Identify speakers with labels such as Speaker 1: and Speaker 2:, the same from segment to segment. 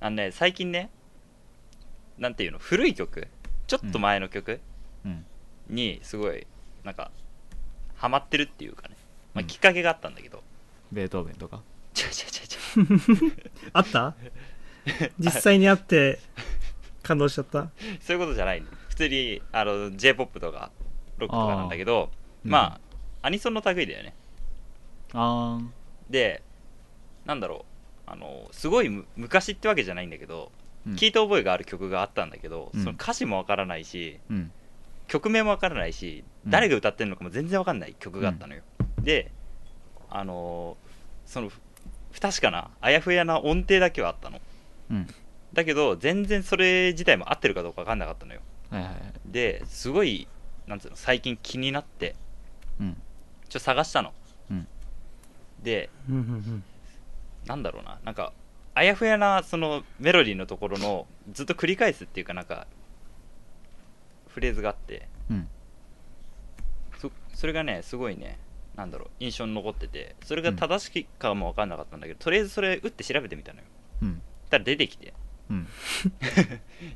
Speaker 1: あのね最近ねなんていうの古い曲ちょっと前の曲
Speaker 2: うん
Speaker 1: にすごいなんかハマってるっていうかね、まあ、
Speaker 2: うん
Speaker 1: きっかけがあったんだけど、
Speaker 2: ベートーベンとか
Speaker 1: ちょちょちょちょ
Speaker 3: あった実際に会って感動しちゃった
Speaker 1: そういうことじゃないの普通にあの j p o p とかロックとかなんだけどまあアニソンの類だよね
Speaker 2: あ、うん、
Speaker 1: でなんだろうあのすごいむ昔ってわけじゃないんだけど、
Speaker 2: うん
Speaker 1: 聞いた覚えがある曲があったんだけど、
Speaker 2: うん
Speaker 1: その歌詞もわからないし
Speaker 2: あーうん
Speaker 1: 曲名もわからないし
Speaker 2: うん
Speaker 1: 誰が歌ってるのかも全然わかんない曲があったのよ、であのーそのふ不確かなあやふやな音程だけはあったの
Speaker 2: うん
Speaker 1: だけど全然それ自体も合ってるかどうかわかんなかったのよ
Speaker 2: はいはいはい
Speaker 1: ですごいなんつうの最近気になって
Speaker 2: うん
Speaker 1: ちょっと探したの、
Speaker 2: うん
Speaker 1: で
Speaker 3: うんうん
Speaker 1: なんだろうななんかあやふやなそのメロディーのところのずっと繰り返すっていうかなんかフレーズがあって
Speaker 2: うん
Speaker 1: そそれがねすごいねなんだろう印象に残っててそれが正しいかも分かんなかったんだけど、とりあえずそれ打って調べてみたのよ
Speaker 2: うん
Speaker 1: そしたら出てきて
Speaker 2: うん
Speaker 3: うん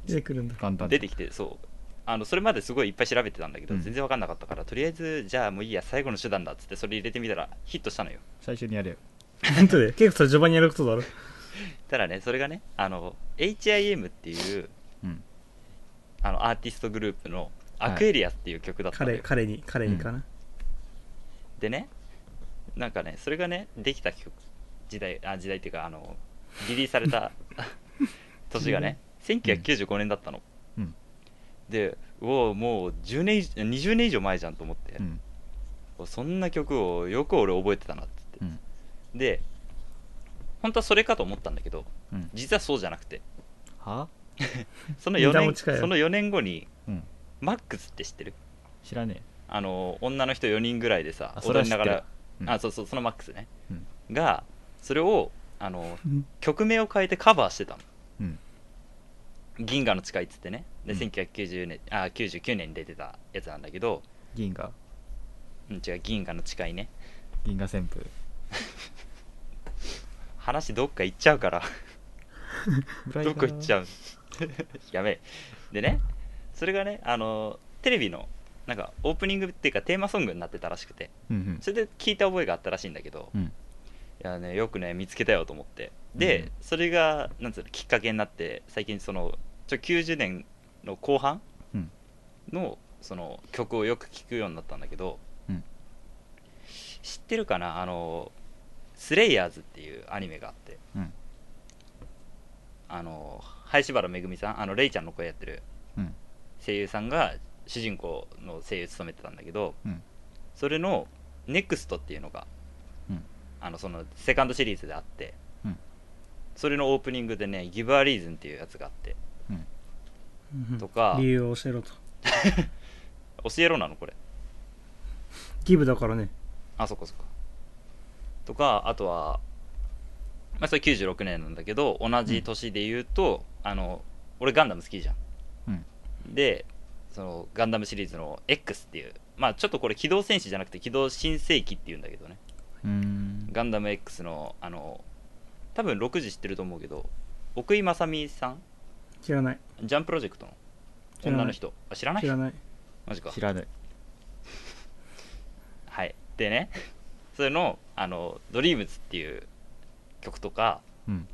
Speaker 3: 出てくるんだ
Speaker 2: 簡単
Speaker 1: 出てきてそうあのそれまですごいいっぱい調べてたんだけど、
Speaker 2: うん
Speaker 1: 全然分かんなかったからとりあえずじゃあもういいや最後の手段だっつってそれ入れてみたらヒットしたのよ
Speaker 2: 最初にやれよ
Speaker 3: 本当で結構それ序盤にやることだろ
Speaker 1: ただねそれがねあの HIM っていう
Speaker 2: うん
Speaker 1: あのアーティストグループの「
Speaker 2: はい
Speaker 1: アクエリアス」っていう曲だったのよ、
Speaker 3: 彼彼に彼にかな、
Speaker 1: でねなんかねそれがねできた曲時代あ時代っていうかあのリリースされ た年がね1995年だったの、
Speaker 2: うん
Speaker 1: でうおもう10年以上20年以上前じゃんと思って
Speaker 2: う、ん
Speaker 1: そんな曲をよく俺覚えてたなって
Speaker 2: う
Speaker 1: 言っ
Speaker 2: ん
Speaker 1: てで本当はそれかと思ったんだけど
Speaker 2: うん
Speaker 1: 実はそうじゃなくて
Speaker 2: は
Speaker 1: その
Speaker 3: 値
Speaker 1: 4
Speaker 3: 段も
Speaker 1: 年
Speaker 3: 近いよ
Speaker 1: その4年後に
Speaker 2: うん
Speaker 1: マックスって知ってる
Speaker 2: 知らね
Speaker 1: あの女の人4人ぐらいでさ
Speaker 2: あそれ
Speaker 1: 踊
Speaker 2: は
Speaker 1: りながら、
Speaker 2: 知ってるうん
Speaker 1: あそうそうそのマックスね、
Speaker 2: うん
Speaker 1: がそれをあの
Speaker 3: うん
Speaker 1: 曲名を変えてカバーしてたの
Speaker 2: えうん
Speaker 1: 銀河の誓いっつってねで
Speaker 2: うん
Speaker 1: 1990年、あ99年に出てたやつなんだけど、
Speaker 2: 銀河
Speaker 1: うん、違う銀河の誓いね
Speaker 2: 銀河旋風
Speaker 1: 話どっか行っちゃうからどっか行っち
Speaker 2: ゃう
Speaker 1: ゃう やべえでねそれがねあのテレビのなんかオープニングっていうかテーマソングになってたらしくて
Speaker 2: うん
Speaker 1: それで聞いた覚えがあったらしいんだけど、
Speaker 2: うんうん
Speaker 1: いやねよくね見つけたよと思ってで、
Speaker 2: うん
Speaker 1: それがなんつうのきっかけになって最近そのちょ90年の後半
Speaker 2: うん
Speaker 1: のその曲をよく聴くようになったんだけど、
Speaker 2: うん
Speaker 1: 知ってるかなあの「スレイヤーズ」っていうアニメがあって
Speaker 2: うん
Speaker 1: あの林原めぐみさんあのレイちゃんの声やってる
Speaker 2: うん
Speaker 1: 声優さんが主人公の声優務めてたんだけど、
Speaker 2: うん
Speaker 1: それの「ネクストっていうのが、
Speaker 2: うん
Speaker 1: あのそのセカンドシリーズであって、
Speaker 2: うん
Speaker 1: それのオープニングでね「ギブアリーズンっていうやつがあって
Speaker 3: うんうん
Speaker 1: とか
Speaker 3: 理由を教えろと
Speaker 1: 教えろなのこれ
Speaker 3: ギブだからね
Speaker 1: あそこそことかあとは、まあ、それ96年なんだけど同じ年で言うと、あの俺ガンダム好きじゃん、
Speaker 2: うん
Speaker 1: でそのガンダムシリーズの X っていうまあちょっとこれ機動戦士じゃなくて機動新世紀っていうんだけどね
Speaker 2: うーん
Speaker 1: ガンダム X のあの多分6時知ってると思うけど奥井正美さん
Speaker 3: 知らない
Speaker 1: ジャンプロジェクトの
Speaker 3: 知らない
Speaker 1: 女の人あ知らない
Speaker 3: 知らない
Speaker 1: マジか
Speaker 2: 知らない
Speaker 1: はいでね それのあの「ドリームズっていう曲とか
Speaker 2: うん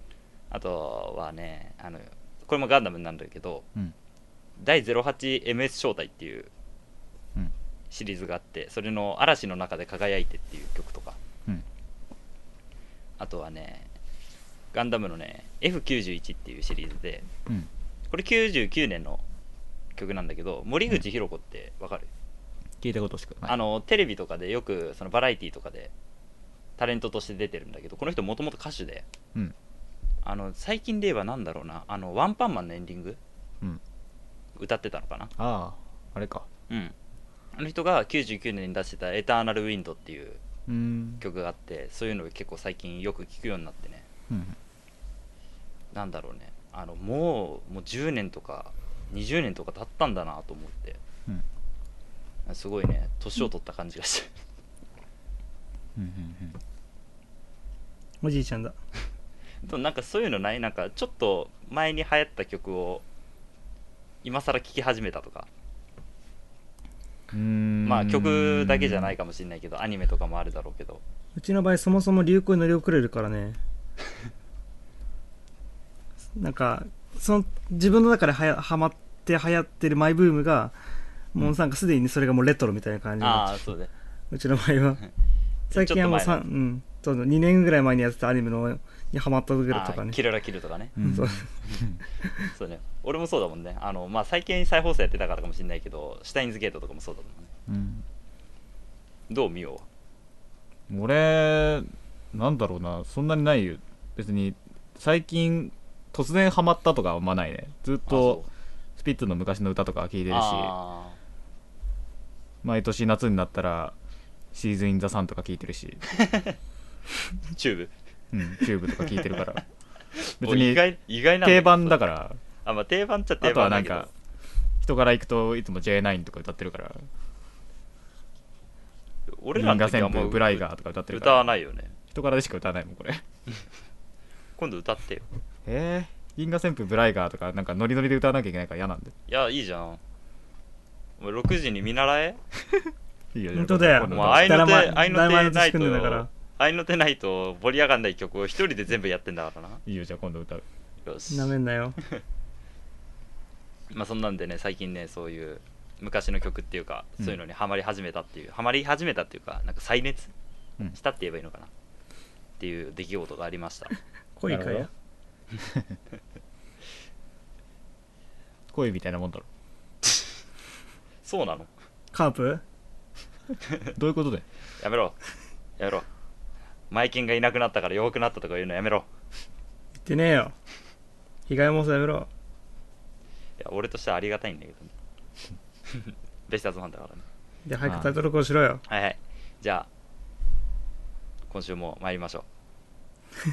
Speaker 1: あとはねあのこれもガンダムになるんだけど
Speaker 2: うん
Speaker 1: 「第 08MS 招待」っていう
Speaker 2: うん
Speaker 1: シリーズがあってそれの「嵐の中で輝いて」っていう曲とか
Speaker 2: うん
Speaker 1: あとはねガンダムのね F91 っていうシリーズで
Speaker 2: うん
Speaker 1: これ99年の曲なんだけど森口博子ってわかる、
Speaker 2: 聞いたことしかない
Speaker 1: あのテレビとかでよくそのバラエティとかでタレントとして出てるんだけどこの人もともと歌手で
Speaker 2: うん
Speaker 1: あの最近で言えばなんだろうなあのワンパンマンのエンディング、
Speaker 2: うん
Speaker 1: 歌ってたのかな
Speaker 2: あああれか
Speaker 1: うんあの人が99年に出してた「エターナルウィンド」っていう
Speaker 2: うーん
Speaker 1: 曲があってそういうのを結構最近よく聞くようになってね
Speaker 2: うん
Speaker 1: なんだろうねあのもうもう10年とか20年とか経ったんだなと思って、すごいね年を取った感じがして
Speaker 2: うんうん
Speaker 3: おじいちゃんだ
Speaker 1: でもなんかそういうのないなんかちょっと前に流行った曲を今更聴き始めたとかま
Speaker 2: ま
Speaker 1: あ曲だけじゃない
Speaker 2: か
Speaker 1: かもしれないけどアニメとかもあるだろうけど
Speaker 3: うちの場合そもそも流行に乗り遅れるからねなんかその自分の中ではやはまって流行ってるマイブームがもうなんかすでにそれがもうレトロみたいな感じに
Speaker 1: あ
Speaker 3: なっちゃ
Speaker 1: あそうね
Speaker 3: ううちの場合は最近はもう
Speaker 1: ちょっ
Speaker 3: 三
Speaker 1: と
Speaker 3: うん、そう2年ぐらい前にやってたアニメのにハマったぐらいとか
Speaker 1: あー
Speaker 3: ね
Speaker 1: キララキルとかね
Speaker 2: うん
Speaker 3: そう
Speaker 1: そうね俺もそうだもんねあのまあ最近再放送やってたからかもしれないけどシュタインズゲートとかもそうだもんね
Speaker 2: うん
Speaker 1: どう見よ
Speaker 2: 俺なんだろうなそんなにないよ別に最近突然ハマったとかはあんまないねずっ
Speaker 1: う
Speaker 2: とスピッツの昔の歌とか聴いてるし
Speaker 1: あ
Speaker 2: 毎年夏になったらシーズン・イン・ザ・サンとか聴いて るし、
Speaker 1: ーチューブ
Speaker 2: うん、チューブとか聴いてるから別
Speaker 1: お意
Speaker 2: に
Speaker 1: 外意外なんだけ
Speaker 2: 定
Speaker 1: ど
Speaker 2: 番だから
Speaker 1: あ、まあ、定番っちゃ
Speaker 2: あ
Speaker 1: 定
Speaker 2: とは
Speaker 1: 番だ
Speaker 2: なん
Speaker 1: けど
Speaker 2: か人から行くといつも J9 とか歌ってるから
Speaker 1: 俺らの時は
Speaker 2: 銀河旋
Speaker 1: も
Speaker 2: 風
Speaker 1: う
Speaker 2: ブライガーとか歌ってるか
Speaker 1: 歌
Speaker 2: ら
Speaker 1: わないよね
Speaker 2: 人からでしか歌わないもんこれ
Speaker 1: 今度歌ってよ
Speaker 2: えー、銀河旋風ブライガーとかなんかノリノリで歌わなきゃいけないから嫌なんで
Speaker 1: いやいいじゃんもう6時に見習え
Speaker 2: いいよ
Speaker 3: 本当だよ
Speaker 2: 今
Speaker 1: お
Speaker 2: 度
Speaker 1: 前愛の手
Speaker 3: 誰も
Speaker 1: 愛の手ない
Speaker 3: 誰も愛の手仕組んでんだから
Speaker 1: と愛の手ないと盛り上がんない曲を一人で全部やってんだからない
Speaker 2: いよじゃあ今度歌う
Speaker 1: よし
Speaker 3: なめん なよ
Speaker 1: まあそんなんでね最近ねそういう昔の曲っていうかそういうのにハマり始めたっていう、ハマり始めたっていうかなんか再熱
Speaker 2: うん
Speaker 1: したって言えばいいのかなっていう出来事がありました
Speaker 3: 恋か
Speaker 2: なる
Speaker 3: よ
Speaker 2: ほ恋みたいなもんだろ
Speaker 1: そうなの
Speaker 3: カープ
Speaker 2: どういうこと で
Speaker 1: やめろやめろマイケンがいなくなったから弱くなったとか言うのやめろ
Speaker 3: 言ってねえよ被害妄想やめろ
Speaker 1: いや俺としてはありがたいんだけどね ベイスターズファンだからね
Speaker 3: じゃあ早くタイトルコールしろよ
Speaker 1: はいはいじゃあ今週も参りましょう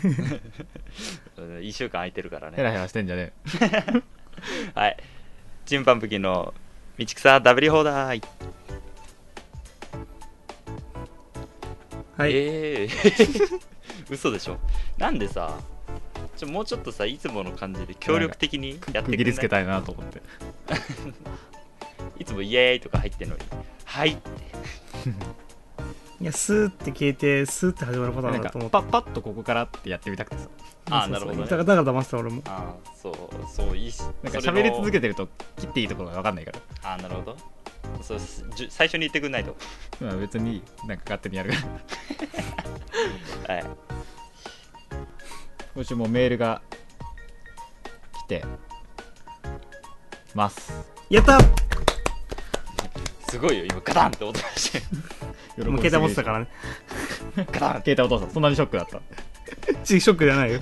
Speaker 1: 1 週間空いてるから
Speaker 2: ヘラ
Speaker 1: ね
Speaker 2: ヘラしてんじゃねえ
Speaker 1: はいチンパンプキンの道草ダブり放題
Speaker 3: はい、
Speaker 1: えー 嘘でしょなんでさちょもうちょっとさいつもの感じで協力的にやって
Speaker 2: 区
Speaker 1: く
Speaker 2: 切
Speaker 1: れ
Speaker 2: りつ
Speaker 1: な
Speaker 2: け
Speaker 1: い
Speaker 2: たいなと思って
Speaker 1: いつもイエーイとか入ってんのにはいって
Speaker 3: いやスーって消えてスーって始まるパター
Speaker 2: な
Speaker 3: ン
Speaker 2: ん
Speaker 3: だ
Speaker 2: か
Speaker 3: と思って
Speaker 2: パッパッとここからってやってみたくてさ
Speaker 1: ああ
Speaker 3: そう
Speaker 1: な
Speaker 3: そ
Speaker 1: る
Speaker 3: う
Speaker 1: ほどね
Speaker 3: だからだから騙した俺も
Speaker 1: ああそうそういいし
Speaker 2: なんか
Speaker 1: それ
Speaker 2: 喋り
Speaker 1: の
Speaker 2: 続けてると切っていいところが分かんないから
Speaker 1: ああなるほどそうすじゅ最初に言ってくんないと
Speaker 2: まあ別になんか勝手にやるから
Speaker 1: はい
Speaker 2: 今週もメールが来てます
Speaker 3: やった
Speaker 1: すごいよ今ガタンって音がして
Speaker 2: 喜びすぎ
Speaker 3: もう
Speaker 2: でしょ
Speaker 3: 携帯持ってたからね
Speaker 1: ガタンって
Speaker 2: 携帯お父さんそんなにショックだった
Speaker 3: ちショックじゃ ないよ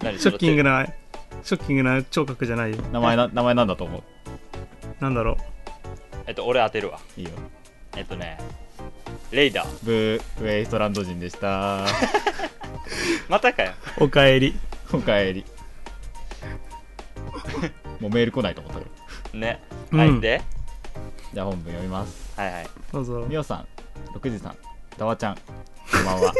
Speaker 1: 何
Speaker 3: ショッキング
Speaker 1: な
Speaker 3: なショッキングな聴覚じゃないよ
Speaker 2: 名前な名前なんだと思
Speaker 3: なんだろ
Speaker 1: えっと俺当てるわ
Speaker 2: ういいよ
Speaker 1: えっとねレイダー
Speaker 2: ブーウェイストランド人でした
Speaker 1: またかよ
Speaker 3: うおかえり
Speaker 2: おかえりもうメール来ないと思ったから
Speaker 1: ね
Speaker 3: うん
Speaker 1: はいで
Speaker 2: じゃあ本文読みます
Speaker 1: はいはい
Speaker 3: どうぞ
Speaker 2: みおさん、六時さん、たわちゃん、こんばん は。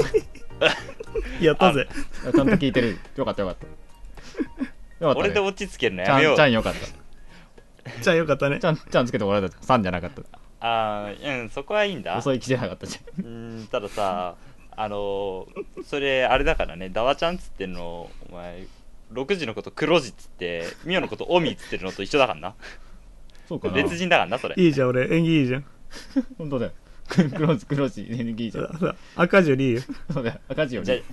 Speaker 3: やったぜ
Speaker 2: ちゃんと聞いてる。よかったよかった。よかった、ね。
Speaker 1: 俺で落ち着けるの
Speaker 2: ち
Speaker 1: や
Speaker 2: ゃ
Speaker 1: めよ
Speaker 2: ん
Speaker 1: う
Speaker 2: ちゃんよかった。
Speaker 3: じゃあよかったね
Speaker 2: ちゃんちゃんつけてもらえたじゃん。さんじゃなかった。
Speaker 1: あーうんそこはいいんだ
Speaker 2: 遅い気じゃなかったじ
Speaker 1: うーんたださあのーそれあれだからねダワちゃんっつってんのお前6時のこと黒字っつってミオのことオミっつってるのと一緒だからな
Speaker 2: ゃん。そうかな。
Speaker 1: 別人だからなそれ
Speaker 3: いいじゃん俺演技いいじゃん
Speaker 2: 本当だよ。黒字黒字エネルギーじゃん。
Speaker 3: そうだ赤字よりいいよ
Speaker 2: そうだよ。赤字よ
Speaker 1: じゃ
Speaker 2: り。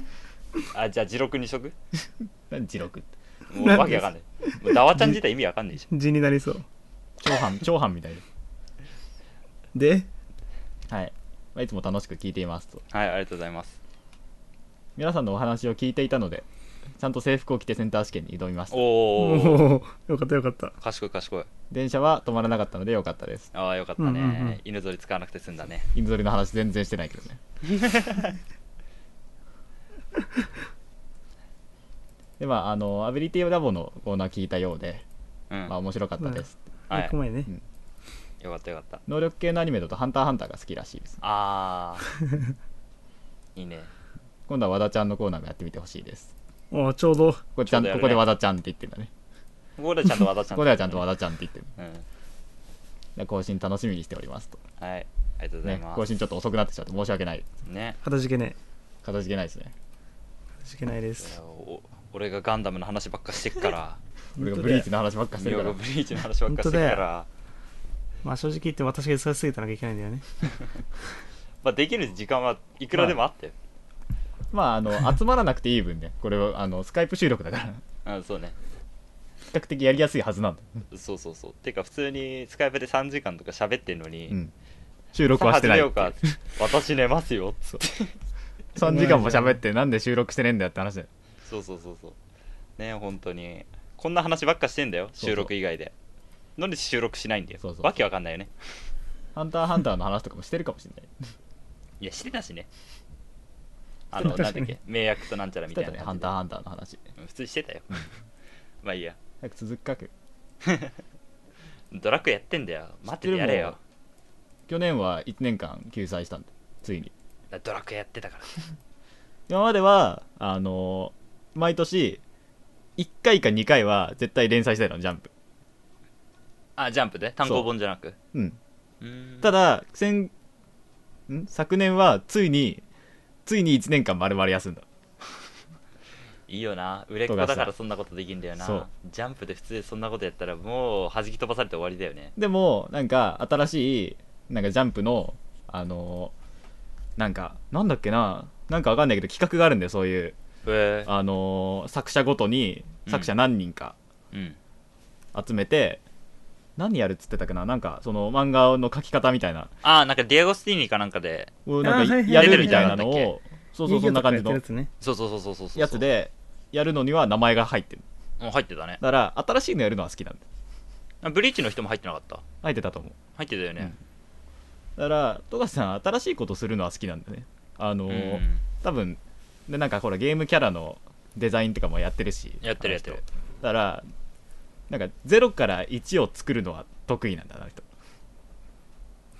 Speaker 1: ああじゃあ自録にしとく
Speaker 2: 何自録って。
Speaker 1: もうわけわかんないもうダワちゃん自体意味わかんないじゃん
Speaker 3: 字になりそう
Speaker 2: 長藩長藩みたいで
Speaker 3: で
Speaker 2: はい。まあいつも楽しく聞いていますと。
Speaker 1: はい、ありがとうございます。
Speaker 2: 皆さんのお話を聞いていたので、ちゃんと制服を着てセンター試験に挑みました。
Speaker 1: おお、
Speaker 3: おーよかったよかった
Speaker 1: 賢い賢い。
Speaker 2: 電車は止まらなかったのでよかったです。
Speaker 1: ああ、よかったね、
Speaker 3: うんうんうん
Speaker 1: 犬ぞり使わなくて済んだね。
Speaker 2: 犬ぞりの話全然してないけど ねでまああのアビリティラボのコーナー聞いたようで、
Speaker 1: うん。
Speaker 2: まあ、面白かったです、
Speaker 1: は
Speaker 3: 1個
Speaker 1: い。
Speaker 3: 前ね
Speaker 2: うん
Speaker 1: よかったよかった。
Speaker 2: 能力系のアニメだと「ハンターハンター」が好きらしいです
Speaker 1: ああ。いいね。
Speaker 2: 今度は和田ちゃんのコーナーもやってみてほしいです
Speaker 3: おちょうど、
Speaker 2: これちゃん
Speaker 1: そうだよね
Speaker 2: ここで和田ちゃんって言ってんだね。
Speaker 1: ここでちゃんと和田ちゃん
Speaker 2: ここではちゃんと和田ちゃんって言ってる。
Speaker 1: うん
Speaker 2: で更新楽しみにしておりますと。
Speaker 1: はいありがとうござい
Speaker 2: ね、
Speaker 1: ま
Speaker 2: 更
Speaker 1: す
Speaker 2: 新ちょっと遅くなってきちゃって申し訳ない。
Speaker 1: ね
Speaker 3: はたじけね
Speaker 2: 片付けないですね。
Speaker 3: え。はたじけないで
Speaker 1: い
Speaker 3: す
Speaker 1: や。お俺がガンダムの話ばっかしてっ から
Speaker 2: 俺が
Speaker 3: 本当だよ
Speaker 2: ブリーチの話ばっかして
Speaker 1: ミ
Speaker 2: る
Speaker 1: オ
Speaker 2: から
Speaker 1: が。ブリーチの話ばっかしてっ
Speaker 3: 本
Speaker 1: か
Speaker 3: 当だ
Speaker 1: ら、
Speaker 3: まあ正直言って私が忙しすぎたのがいけないんだよね。
Speaker 1: まあ、できる時間はいくらでもあって、
Speaker 2: まあ、 あの、集まらなくていい分ね。これは、あの、スカイプ収録だから、
Speaker 1: うんそうね
Speaker 2: 比較的やりやすいはずなんだ。
Speaker 1: そうそうそうてか普通にスカイプで3時間とか喋ってんのに、
Speaker 2: うん。収録
Speaker 1: さあ
Speaker 2: はして
Speaker 1: 始
Speaker 2: な
Speaker 1: め
Speaker 2: い。
Speaker 1: ようか 私寝ますよ
Speaker 2: そう。3時間も喋って、なんで収録してねえんだよって話だよ。
Speaker 1: そうそうそうそうね本当にこんな話ばっかしてんだよ
Speaker 2: そうそう
Speaker 1: 収録以外でなんで収録しないんだよ
Speaker 2: そうそう
Speaker 1: わけわかんないよね
Speaker 2: ハンターハンターの話とかもしてるかもしれない。
Speaker 1: いやしてたしねあの
Speaker 3: して
Speaker 1: な
Speaker 3: た
Speaker 1: んだ
Speaker 3: しね
Speaker 1: っけ迷惑となんちゃらみ
Speaker 2: し
Speaker 1: た
Speaker 2: て
Speaker 1: い
Speaker 2: た
Speaker 1: な
Speaker 2: ね、ハ
Speaker 1: 感
Speaker 2: ン
Speaker 1: じ
Speaker 2: タ
Speaker 1: で
Speaker 2: ーハンターの話。
Speaker 1: うん普通にしてたよまあいいや
Speaker 2: 早く続くかく。
Speaker 1: ドラクエやってんだよ待っててやれ
Speaker 2: 知ってるもん
Speaker 1: よ
Speaker 2: 去年は1年間救済したんだ。ついに。
Speaker 1: だドラクエやってたから
Speaker 2: 今まではあのー毎年1回か2回は絶対連載したいのジャンプ
Speaker 1: あジャンプで単行本じゃなく
Speaker 2: うん
Speaker 1: た
Speaker 2: た
Speaker 1: だ
Speaker 2: だ先ん昨年はついについに1年間丸々休んだ
Speaker 1: いいよな売れっ子だからそんなことできんだよ
Speaker 2: そ
Speaker 1: な
Speaker 2: う
Speaker 1: ジャンプで普通そんなことやったらもう弾き飛ばされて終わりだよね
Speaker 2: でもなんか新しいなんかジャンプのあのーなんかなんだっけななんかわかんないけど企画があるんだよそういう
Speaker 1: へえ
Speaker 2: あのー作者ごとに
Speaker 1: うん
Speaker 2: 作者何人か
Speaker 1: うん
Speaker 2: 集めて、何やるっつってたっけななんかその漫画の描き方みたいな
Speaker 1: ああなんかディアゴスティーニかなんかで
Speaker 2: を
Speaker 3: あ
Speaker 2: な
Speaker 3: は
Speaker 2: ん
Speaker 3: い
Speaker 2: か
Speaker 3: はい
Speaker 2: やるみたいなの
Speaker 1: 出てる
Speaker 2: をそうそうそんな感じ
Speaker 3: 営業
Speaker 2: の
Speaker 3: とかやってるやつね。
Speaker 1: そうそうそうそうそうそう
Speaker 2: やつでやるのには名前が入ってる
Speaker 1: もう入ってたね
Speaker 2: だから新しいのやるのは好きなんだ
Speaker 1: あブリーチの人も入ってなかった
Speaker 2: 入ってたと思う
Speaker 1: 入ってたよね
Speaker 2: だから富樫さん新しいことするのは好きなんだねあの
Speaker 1: う
Speaker 2: ー
Speaker 1: ん
Speaker 2: 多分でなんかほらゲームキャラのデザインとかもやってるし
Speaker 1: やってるやって
Speaker 2: あの人
Speaker 1: る
Speaker 2: だからなんか0から1を作るのは得意なんだなあの人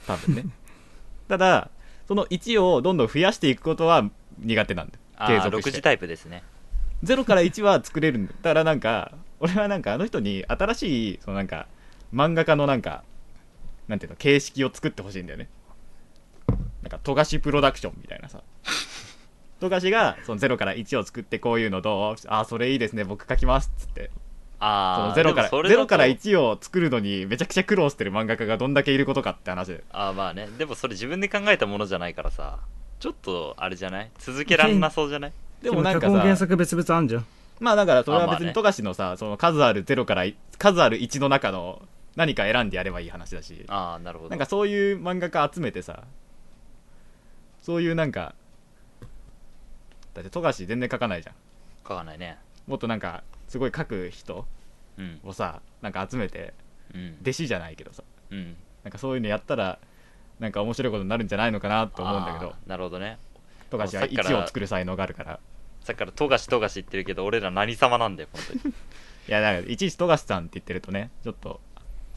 Speaker 2: 多分ね ただその1をどんどん増やしていくことは苦手なんだ
Speaker 1: あ
Speaker 2: 継
Speaker 1: あ
Speaker 2: 続
Speaker 1: 6
Speaker 2: して
Speaker 1: 時タイプですね
Speaker 2: 0から1は作れるんだだからなんか俺はなんかあの人に新しいそのなんか漫画家のなんかなんていうの形式を作ってほしいんだよねなんか富樫プロダクションみたいなさ富樫がその0から1を作ってこういうのどうああそれいいですね僕書きますっつってそ
Speaker 1: あ
Speaker 2: の
Speaker 1: あ
Speaker 2: 0から0から
Speaker 1: 1
Speaker 2: 1を作るのにめちゃくちゃ苦労してる漫画家がどんだけいることかって話で
Speaker 1: ああまあねでもそれ自分で考えたものじゃないからさちょっとあれじゃない続けらんなそうじゃ ない
Speaker 2: でもなん
Speaker 3: 脚
Speaker 2: か
Speaker 3: 本
Speaker 2: さ
Speaker 3: 原作別々あんじゃん。
Speaker 2: まあだからそれ
Speaker 1: あ
Speaker 2: は
Speaker 1: まあ
Speaker 2: 別
Speaker 1: ね
Speaker 2: に富樫のさ、その数ある0からい数ある1の中の何か選んでやればいい話だし
Speaker 1: ああなるほど
Speaker 2: なんかそういう漫画家集めてさそういうなんかだって富樫全然書かないじゃん
Speaker 1: 書かないね
Speaker 2: もっとなんかすごい書く人
Speaker 1: うん
Speaker 2: をさなんか集めて
Speaker 1: うん
Speaker 2: 弟子じゃないけどさ
Speaker 1: うん
Speaker 2: なんかそういうのやったらなんか面白いことになるんじゃないのかな と思うんだけど
Speaker 1: あーなるほどね
Speaker 2: 富樫は
Speaker 1: もうさっきから
Speaker 2: 1を作る才能があるから
Speaker 1: さっきから富樫富樫言ってるけど俺ら何様なんだよ本 当に
Speaker 2: いやだからいちいち富樫さんって言ってるとねちょっと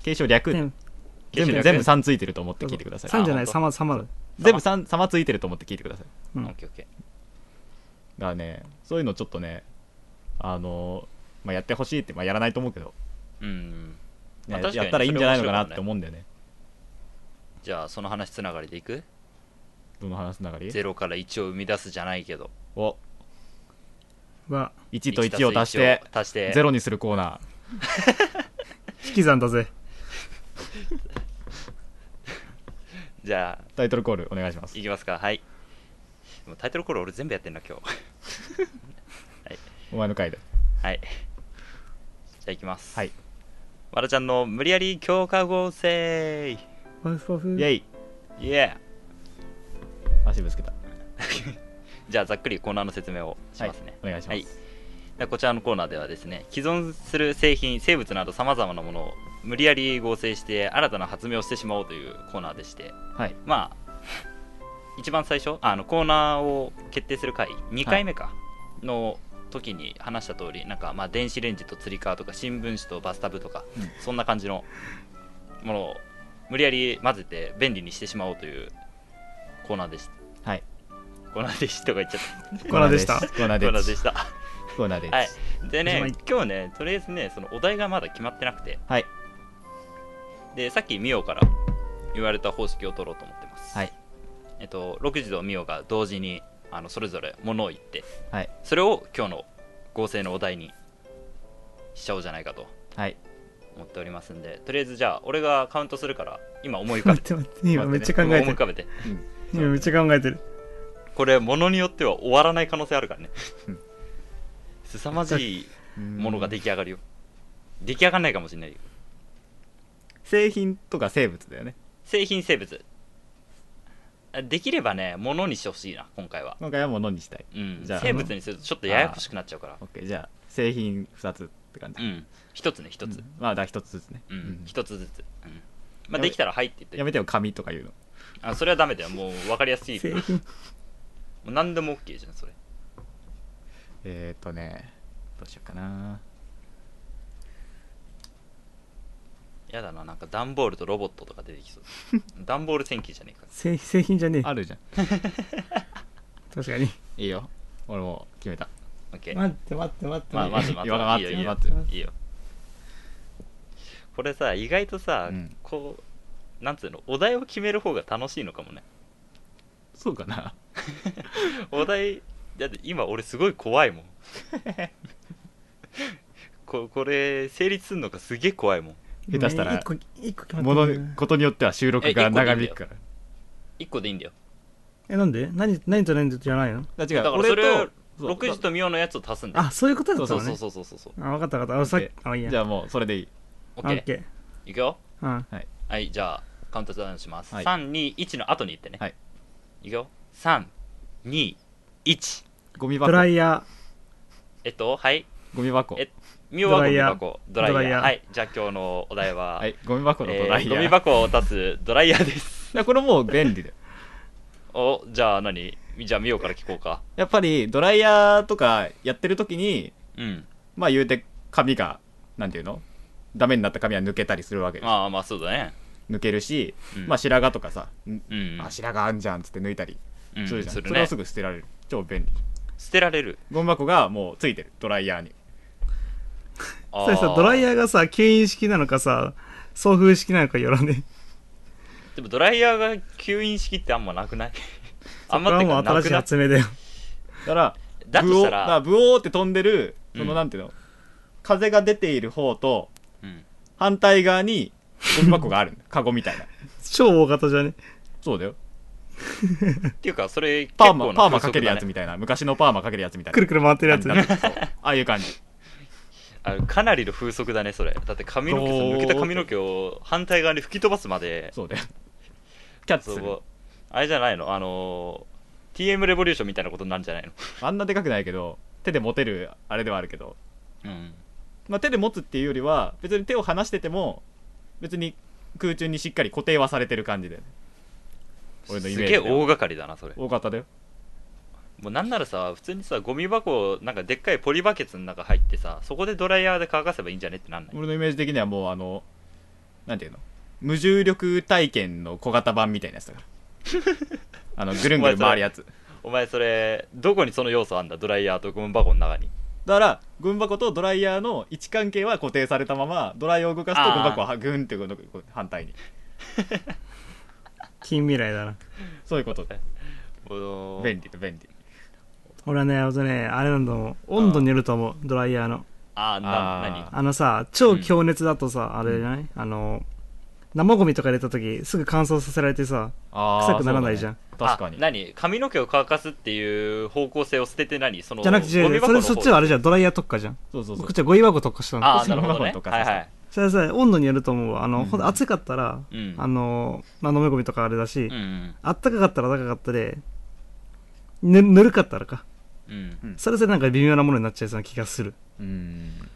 Speaker 2: 継承略
Speaker 3: ね
Speaker 2: 全
Speaker 1: 継承
Speaker 2: 部
Speaker 1: 略
Speaker 2: 全部3ついてると思って聞いてください
Speaker 3: 3じゃな
Speaker 1: あ本
Speaker 3: い、
Speaker 1: 当
Speaker 3: さま、さまだ。
Speaker 2: 全部3様ついてると思って聞いてください
Speaker 3: うん
Speaker 1: オッケーオッケ
Speaker 2: だからねそういうのちょっとねあのまあ、やってほしいって、まあ、やらないと思うけど、
Speaker 1: ーうんまあ確
Speaker 2: ね
Speaker 1: かに
Speaker 2: やったらいいんじゃないのかなっ
Speaker 1: それ面白いかもね
Speaker 2: て思うんだよね
Speaker 1: じゃあその話つながりでいく
Speaker 2: どの話つながり
Speaker 1: 0から1を生み出すじゃないけど
Speaker 2: お
Speaker 3: は、
Speaker 2: 1と1を足して
Speaker 1: 1+1 を足して
Speaker 2: 0にするコーナ
Speaker 3: 引き算だぜ。
Speaker 1: じゃあ
Speaker 2: ータイトルコールお願いします
Speaker 1: いきますかはいもうタイトルコール俺全部やってんな今日
Speaker 2: お前の回で
Speaker 1: はいじゃあいきます
Speaker 2: はい
Speaker 1: まるちゃんの無理やり強化合成イ
Speaker 3: ワフワフ
Speaker 2: イェイ
Speaker 1: エー
Speaker 2: 足ぶつけた
Speaker 1: じゃあざっくりコーナーの説明をしますね、
Speaker 2: お願いしま
Speaker 1: は
Speaker 2: す、
Speaker 1: いでこちらのコーナーではですね既存する製品生物などさまざまなものを無理やり合成して新たな発明をしてしまおうというコーナーでして
Speaker 2: はい
Speaker 1: まあ一番最初あのコーナーを決定する回2回目か、の時に話した通りなんかまあ電子レンジとつり革とか新聞紙とバスタブとか、
Speaker 2: うん
Speaker 1: そんな感じのものを無理やり混ぜて便利にしてしまおうというコーナーでした
Speaker 2: はい
Speaker 1: コーナーでしたとか言っちゃった
Speaker 3: コーナーでした
Speaker 2: コーナー
Speaker 1: コーナー
Speaker 2: で
Speaker 1: でした
Speaker 2: コーナーです。
Speaker 1: はいで
Speaker 3: まあ
Speaker 1: ね
Speaker 3: い
Speaker 1: 今日ねとりあえずねそのお題がまだ決まってなくて
Speaker 2: はい
Speaker 1: でさっきミオから言われた方式を取ろうと思ってます
Speaker 2: はい
Speaker 1: えっと6時とミオが同時にあのそれぞれものを言って、
Speaker 2: はい
Speaker 1: それを今日の合成のお題にしちゃおうじゃないかと
Speaker 2: はい
Speaker 1: 思っておりますんでとりあえずじゃあ俺がカウントするから今思い浮か
Speaker 3: 待
Speaker 1: べ
Speaker 3: ってて待って、 今めっちゃ考
Speaker 1: 今
Speaker 3: え
Speaker 1: 思い
Speaker 3: て
Speaker 1: 浮
Speaker 3: る。
Speaker 1: かべて
Speaker 3: 今めっちゃ考えてる。
Speaker 1: これものによっては終わらない可能性あるからね
Speaker 2: うん
Speaker 1: 凄まじい
Speaker 2: うん
Speaker 1: ものが出来上がるよ出来上がんないかもしれないよ
Speaker 2: 製品とか生物だよね。
Speaker 1: 製品生物あできればね物にしてほしいな今回は、
Speaker 2: 今回は物にしたい。
Speaker 1: うん、
Speaker 2: じゃあ
Speaker 1: 生物にするとちょっとややこしくなっちゃうから
Speaker 2: オッケーじゃあ製品2つって感
Speaker 1: う
Speaker 2: じ。
Speaker 1: ん一つね一つ
Speaker 2: うんまあだから1つずつね。
Speaker 1: う
Speaker 2: うんん
Speaker 1: 一、つずつ、うんまあ、
Speaker 2: やめ
Speaker 1: できたら「はい」って言
Speaker 2: や
Speaker 1: って
Speaker 2: めてよ紙とか言うの。
Speaker 1: あそれはダメだよもう分かりやすい
Speaker 3: 製
Speaker 1: も
Speaker 3: 品。
Speaker 1: う何でも OK じゃんそれ
Speaker 2: えっ、ー、とねどうしようかな。
Speaker 1: やだななんか段ボールとロボットとか出てきそう段ボール戦記じゃねえか
Speaker 3: 製製品じゃねえ。
Speaker 2: あるじゃん。
Speaker 3: 確かに。
Speaker 2: いいよ。俺もう決めた。
Speaker 1: オッケー
Speaker 3: 待って待って待って。
Speaker 1: まあまずまず
Speaker 2: 言わなかった
Speaker 1: いいよいいよ
Speaker 2: 待って
Speaker 1: いいよこれさ意外とさ、
Speaker 2: うん
Speaker 1: こうなんつうのお題を決める方が楽しいのかもね
Speaker 2: そうか な。
Speaker 1: お題だって今俺すごい怖 いもんここれ成立するのがすげえ怖いもん
Speaker 2: 下手したら
Speaker 3: 一個、一個決まって
Speaker 2: もの
Speaker 3: る
Speaker 2: ことによっては収録が長引くから。
Speaker 1: 1個でいいんだよ
Speaker 3: え、なんで何、何と何とじゃないの
Speaker 2: だ違
Speaker 1: だか
Speaker 2: う
Speaker 1: ら
Speaker 2: 俺
Speaker 1: それを
Speaker 2: とそう
Speaker 1: 6時と妙のやつを足すんだよ
Speaker 3: あ、そういうことだ
Speaker 1: そ
Speaker 3: っ
Speaker 1: う
Speaker 3: た
Speaker 1: そ
Speaker 3: の
Speaker 1: うそ
Speaker 3: ね
Speaker 1: う。そうそうそう
Speaker 3: あ、わかったわかった。あ、さっき
Speaker 2: で、
Speaker 3: あ、いいや。
Speaker 2: じゃあもうそれでいい。
Speaker 1: オ
Speaker 3: あ
Speaker 1: ッ
Speaker 3: オ
Speaker 1: ケ
Speaker 3: ッ
Speaker 1: ー
Speaker 3: ケ
Speaker 1: いくよ
Speaker 3: ー。うん。
Speaker 1: はいじゃあカウントダウンします、
Speaker 2: はい
Speaker 1: 321の後に言ってね、
Speaker 2: はい、
Speaker 1: くよ321
Speaker 2: ゴミ箱
Speaker 3: ドライヤ
Speaker 1: えっとはい
Speaker 2: ゴミ箱。
Speaker 1: えミオはゴミ
Speaker 3: ド
Speaker 1: 箱ドライヤー
Speaker 3: ドライヤー
Speaker 1: はいじゃあ今日のお題は、
Speaker 2: はい、ゴミ箱のドラ
Speaker 1: えー
Speaker 2: イヤ
Speaker 1: ゴ
Speaker 2: ー。
Speaker 1: ミ箱を出すドライヤーです
Speaker 2: いやこれもう便利だよ。
Speaker 1: おじゃあ何じゃあミオから聞こうか
Speaker 2: やっぱりドライヤーとかやってる時に、
Speaker 1: うん
Speaker 2: まあ言うて髪が、なんていうのダメになった髪は抜けたりするわけです。
Speaker 1: まあまあそうだね
Speaker 2: 抜けるし、
Speaker 1: うん
Speaker 2: まあ白髪とかさ、ん
Speaker 1: うん
Speaker 2: あ白髪あんじゃんっつって抜いたり
Speaker 1: うん
Speaker 2: するじゃん。
Speaker 1: するね
Speaker 2: それはすぐ捨てられる。超便利。
Speaker 1: 捨てられる
Speaker 2: ゴミ箱がもうついてる、ドライヤーに。
Speaker 1: あ
Speaker 3: ー。それさ、ドライ
Speaker 1: ヤー
Speaker 3: ヤーがさ、吸引式なのかさ、送風式なのかよらね。
Speaker 1: でもドライヤーが吸引式ってあんまなくない あん
Speaker 3: これ
Speaker 1: まって
Speaker 3: は
Speaker 1: か
Speaker 3: もう
Speaker 1: な
Speaker 3: 新し
Speaker 1: く
Speaker 3: い
Speaker 1: な
Speaker 3: 発明だよ。
Speaker 2: だから、
Speaker 1: だと
Speaker 2: ブオ
Speaker 1: した
Speaker 2: ーだから
Speaker 1: ら、
Speaker 2: ブオーって飛んでる、そ
Speaker 1: うん
Speaker 2: のなんていうの、風が出ている方と、
Speaker 1: うん、
Speaker 2: 反対側にゴミ箱があ るんだ。カゴみたいな。
Speaker 3: 超大型じゃね
Speaker 2: そうだよ。
Speaker 1: っていうかそれ結
Speaker 2: パ
Speaker 1: 構
Speaker 2: ーマ、
Speaker 1: な
Speaker 2: パーマかけるやつ
Speaker 1: 風
Speaker 2: みたいな。昔のパーマかけるやつみたいな。
Speaker 3: くるくる回ってるやつ
Speaker 2: なんだそうああいう感じ。
Speaker 1: 速だねあかなりの風速だねそれだって髪の毛さ
Speaker 2: どう
Speaker 1: 抜けた髪の毛を反対側に吹き飛ばすまで
Speaker 2: そうだよ。キャッチす
Speaker 1: そ
Speaker 2: る
Speaker 1: う。あれじゃないのあのー TM レボリューションみたいなことになるんじゃないの
Speaker 2: あんなでかくないけど、手で持てるあれではあるけど、
Speaker 1: うん
Speaker 2: まあ、手で持つっていうよりは、別に手を離してても、別に空中にしっかり固定はされてる感じだよね。俺のイ
Speaker 1: す
Speaker 2: メージ
Speaker 1: げ
Speaker 2: で
Speaker 1: え
Speaker 2: は
Speaker 1: 大掛かりだなそれも
Speaker 2: 多かっただよ。
Speaker 1: うなんならさ普通にさゴミ箱なんかでっかいポリバケツの中入ってさそこでドライヤーで乾かせばいいんじゃねってなんない
Speaker 2: 俺のイメージ的にはもうあの、なんていうの無重力体験の小型版みたいなやつだから。あの、ぐるんぐるん回るやつ。
Speaker 1: お前それどこにその要素あんだドライヤーとゴミ箱の中に
Speaker 2: だから、ゴミ箱とドライヤーの位置関係は固定されたまま、ドライヤーを動かすと
Speaker 1: あー
Speaker 2: ゴミ箱はグンってこうこう反対に。
Speaker 3: 近未来だな。
Speaker 2: そういうことで。
Speaker 1: お
Speaker 2: 便利だ、便利。
Speaker 3: 俺はね、あとね、あれなんだもん。温度によると思う、ドライヤーの。
Speaker 1: あーな
Speaker 2: あ
Speaker 3: あのさ、超強熱だとさ、あれじゃないあの、生ゴミとか入れた時、すぐ乾燥させられてさ、
Speaker 2: あー
Speaker 3: 臭くならないじゃん
Speaker 2: そうだ
Speaker 1: 何
Speaker 2: ね確かに
Speaker 1: あ何髪の毛を乾かすっていう方向性を捨てて何その
Speaker 3: じゃなくて、
Speaker 1: ゴミ
Speaker 3: そ
Speaker 1: 箱の
Speaker 3: れ
Speaker 1: 方
Speaker 3: そっちはあれじゃん、ドライヤー特化じゃん。
Speaker 2: そうそうそ
Speaker 3: こ
Speaker 2: う
Speaker 3: っちはゴミ箱特化したの。
Speaker 1: ああなるほど
Speaker 2: ゴミ
Speaker 1: ね
Speaker 2: 箱とか
Speaker 1: はいはい
Speaker 3: それはさ、温度によると思うわ。あの、
Speaker 2: うん
Speaker 3: ほんと暑かったら、
Speaker 1: うん
Speaker 3: あの、まあ、飲み込みとかあれだし、
Speaker 1: うんうん
Speaker 3: あったかかったら暖かかったで、ぬ、ぬるかったらか。
Speaker 1: うん
Speaker 2: うん
Speaker 3: それぞれなんか微妙なものになっちゃいそうな気がする。
Speaker 2: うん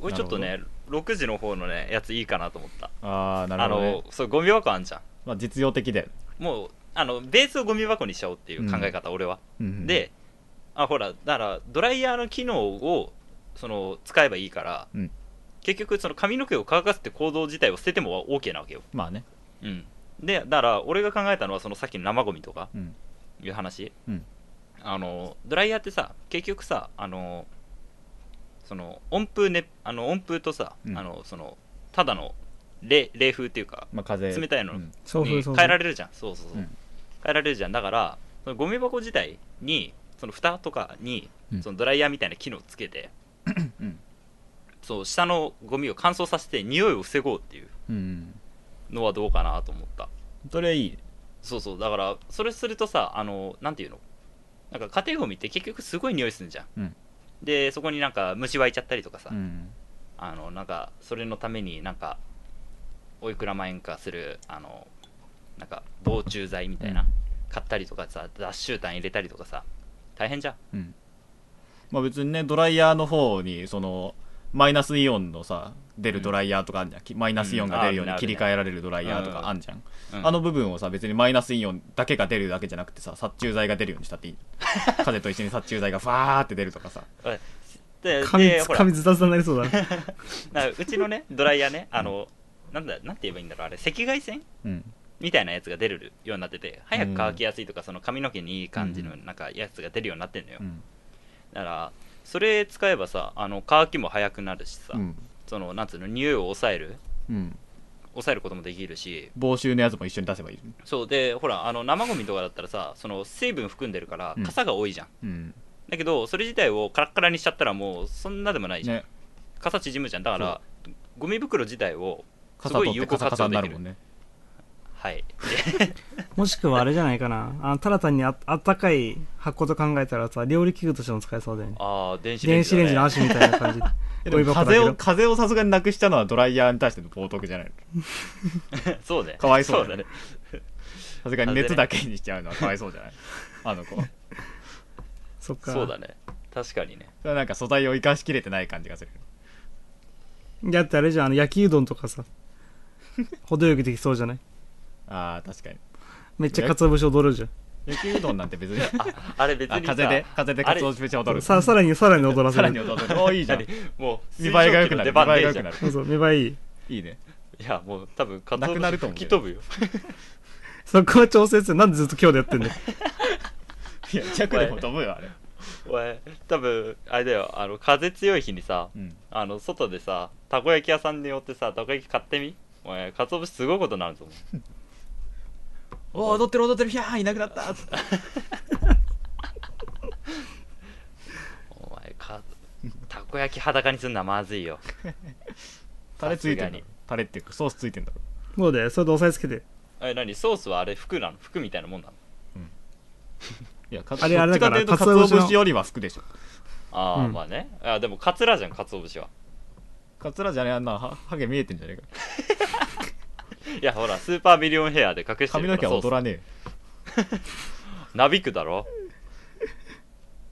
Speaker 1: 俺ちょっとね6時の方のねやついいかなと思った
Speaker 2: ああな
Speaker 1: あ
Speaker 2: るほど、ね
Speaker 1: のそうゴミ箱あんじゃ
Speaker 2: まあ、実用的だよ、
Speaker 1: んもうあのベースをゴミ箱にしちゃおうっていう考え方、俺は
Speaker 2: うん
Speaker 1: であほらだからドライヤーの機能をその使えばいいから、
Speaker 2: うん
Speaker 1: 結局その髪の毛を乾かすって行動自体を捨てても OK なわけよ、
Speaker 2: まあね、
Speaker 1: うん、でだから俺が考えたのはそのさっきの生ゴミとか
Speaker 2: うん
Speaker 1: いう話、
Speaker 2: うん
Speaker 1: あのドライヤーってさ結局さあのその温風ねあの温風とさ、
Speaker 2: うん
Speaker 1: あのそのただの冷冷風っていうか
Speaker 2: まあ、風
Speaker 1: 冷たいの
Speaker 2: うん
Speaker 3: そうそう
Speaker 1: に
Speaker 3: そう。
Speaker 1: 変えられるじゃんそうそうそう、
Speaker 2: うん
Speaker 1: 変えられるじゃんだからそのゴミ箱自体にその蓋とかに
Speaker 2: うん
Speaker 1: そのドライヤーみたいな機能をつけて、
Speaker 2: うん
Speaker 1: そう下のゴミを乾燥させて匂いを防ごうっていう
Speaker 2: うん、
Speaker 1: のはどうかなと思った
Speaker 2: それはいい
Speaker 1: そうそうだからそれするとさあのなんていうのなんか家庭ゴミって結局すごい匂いするじゃん、
Speaker 2: うん
Speaker 1: でそこになんか虫湧いちゃったりとかさ、
Speaker 2: うん
Speaker 1: あのなんかそれのためになんかおいくら万円かするあのなんか防虫剤みたいな、
Speaker 2: うん
Speaker 1: 買ったりとかさ脱臭炭入れたりとかさ大変じゃん
Speaker 2: うんまあ別にねドライヤーの方にそのマイナスイオンのさ出るドライヤーとかあんじゃん、きマイナスイオンが出るよ
Speaker 1: う
Speaker 2: う
Speaker 1: ん
Speaker 2: に
Speaker 1: あるね
Speaker 2: 切り替えられるドライヤーとかあんじゃん、
Speaker 1: うん
Speaker 2: あの部分をさ別にマイナスイオンだけが出るだけじゃなくてさ殺虫剤が出るようにしたっていい風と一緒に殺虫剤がファーって出るとかさ
Speaker 1: で
Speaker 3: 髪
Speaker 1: で
Speaker 3: つ、
Speaker 1: ほら
Speaker 3: 髪ズタズタになりそうだ な。
Speaker 1: なうちの ねドライヤーねあの、なんだなんて言えばいいんだろうあれ赤外線
Speaker 2: うん
Speaker 1: みたいなやつが出るようになってて早く乾きやすいとか、その髪の毛にいい感じのなんかやつが出るようになってんのよ、
Speaker 2: うん
Speaker 1: だからそれ使えばさあの乾きも早くなるしさ、
Speaker 2: うん、
Speaker 1: そのなんつうの匂いを抑える
Speaker 2: うん、
Speaker 1: 抑えることもできるし
Speaker 2: 防臭のやつも一緒に出せばいい、
Speaker 1: そうでほらあの生ゴミとかだったらさその水分含んでるから
Speaker 2: うん
Speaker 1: 傘が多いじゃん、
Speaker 2: うん
Speaker 1: だけどそれ自体をカラッカラにしちゃったらもうそんなでもないじゃん、
Speaker 2: ね、
Speaker 1: 傘縮むじゃんだからゴミ袋自体をす
Speaker 2: 傘
Speaker 1: ご
Speaker 2: 取
Speaker 1: い
Speaker 2: っ
Speaker 1: 有
Speaker 2: て
Speaker 1: 効
Speaker 2: カサカ
Speaker 1: 活用
Speaker 2: サに
Speaker 1: で
Speaker 2: な
Speaker 1: き
Speaker 2: る
Speaker 1: る
Speaker 2: もんね
Speaker 1: はい
Speaker 3: もしくはあれじゃないかな。あのただ単にああったかい箱と考えたらさ、料理器具としても使えそうだよね。
Speaker 1: ああ電子レン
Speaker 3: 電
Speaker 1: ジ,、
Speaker 3: 子
Speaker 1: ね、
Speaker 3: レンジの足みたいな感じで。
Speaker 2: え
Speaker 3: ゴ
Speaker 2: で
Speaker 3: ミ
Speaker 2: も
Speaker 3: 箱だけ
Speaker 2: 風
Speaker 3: ど
Speaker 2: を風をさすがになくしたのはドライヤーに対しての冒涜じゃないの
Speaker 1: そうね
Speaker 2: かわいそうだね
Speaker 1: だね
Speaker 2: さすがに熱だけにしちゃうのはかわいそうじゃないあの子
Speaker 3: そっか。
Speaker 1: そうだね確かにね
Speaker 2: それはなんか素材を生かしきれてない感じがする
Speaker 3: だってあれじゃん、あの焼きうどんと かさ、程よくできそうじゃない
Speaker 2: あー確かに
Speaker 3: めっちゃ鰹節踊るじ
Speaker 2: 焼きうどんなんて別に
Speaker 1: ああれ別
Speaker 2: あ
Speaker 1: にさ
Speaker 2: 風で風で
Speaker 1: あ
Speaker 2: か
Speaker 1: れ
Speaker 2: つお節を踊
Speaker 3: ゃん。
Speaker 2: る
Speaker 3: さ、さらに、さらに踊ら せ
Speaker 2: さらに
Speaker 3: る。
Speaker 2: 踊るおーいいじゃん見栄
Speaker 1: もう
Speaker 2: えが良くな
Speaker 1: 水蒸気の出
Speaker 2: る見栄
Speaker 1: 番ね
Speaker 2: えが
Speaker 1: え
Speaker 2: 良
Speaker 1: じゃ
Speaker 2: く
Speaker 1: ん
Speaker 2: なる
Speaker 3: そうそう、見栄えいい。
Speaker 2: いいね
Speaker 1: いやもう多分か
Speaker 2: なくなると思う
Speaker 1: 吹き飛ぶよ
Speaker 3: そこは調整する。なんでずっと今日でやってんだよ。
Speaker 2: いや弱でも飛ぶよあれ
Speaker 1: おい多分あれだよあの風強い日にさ
Speaker 2: うん
Speaker 1: あの外でさたこ焼き屋さんに寄ってさたこ焼き買ってみお前かつお節すごいことになると思う
Speaker 2: おー踊ってる踊ってるひゃーいなくなったっつって
Speaker 1: お前かたこ焼き裸にすんのはまずいよ
Speaker 2: タレついて
Speaker 1: さすが
Speaker 2: る
Speaker 1: に
Speaker 2: タレっていうかソースついてんだろ
Speaker 3: そうだよ。それで押さえつけて。
Speaker 1: え何ソースはあれ服なの服みたいなもんなの
Speaker 2: いやか
Speaker 3: あれあれだから
Speaker 2: どっちかというとかつお節よりは服でしょ
Speaker 1: ああ、
Speaker 3: うん
Speaker 1: まあねあでもカツラじゃんかつお節は
Speaker 2: カツラじゃねえあんなはハゲ見えてんじゃねえか
Speaker 1: いやほらスーパーミリオンヘアで隠して
Speaker 2: 髪
Speaker 1: る
Speaker 2: の
Speaker 1: か
Speaker 2: 毛
Speaker 1: らソ
Speaker 2: は
Speaker 1: ース
Speaker 2: 踊らねえよ
Speaker 1: なびくだろ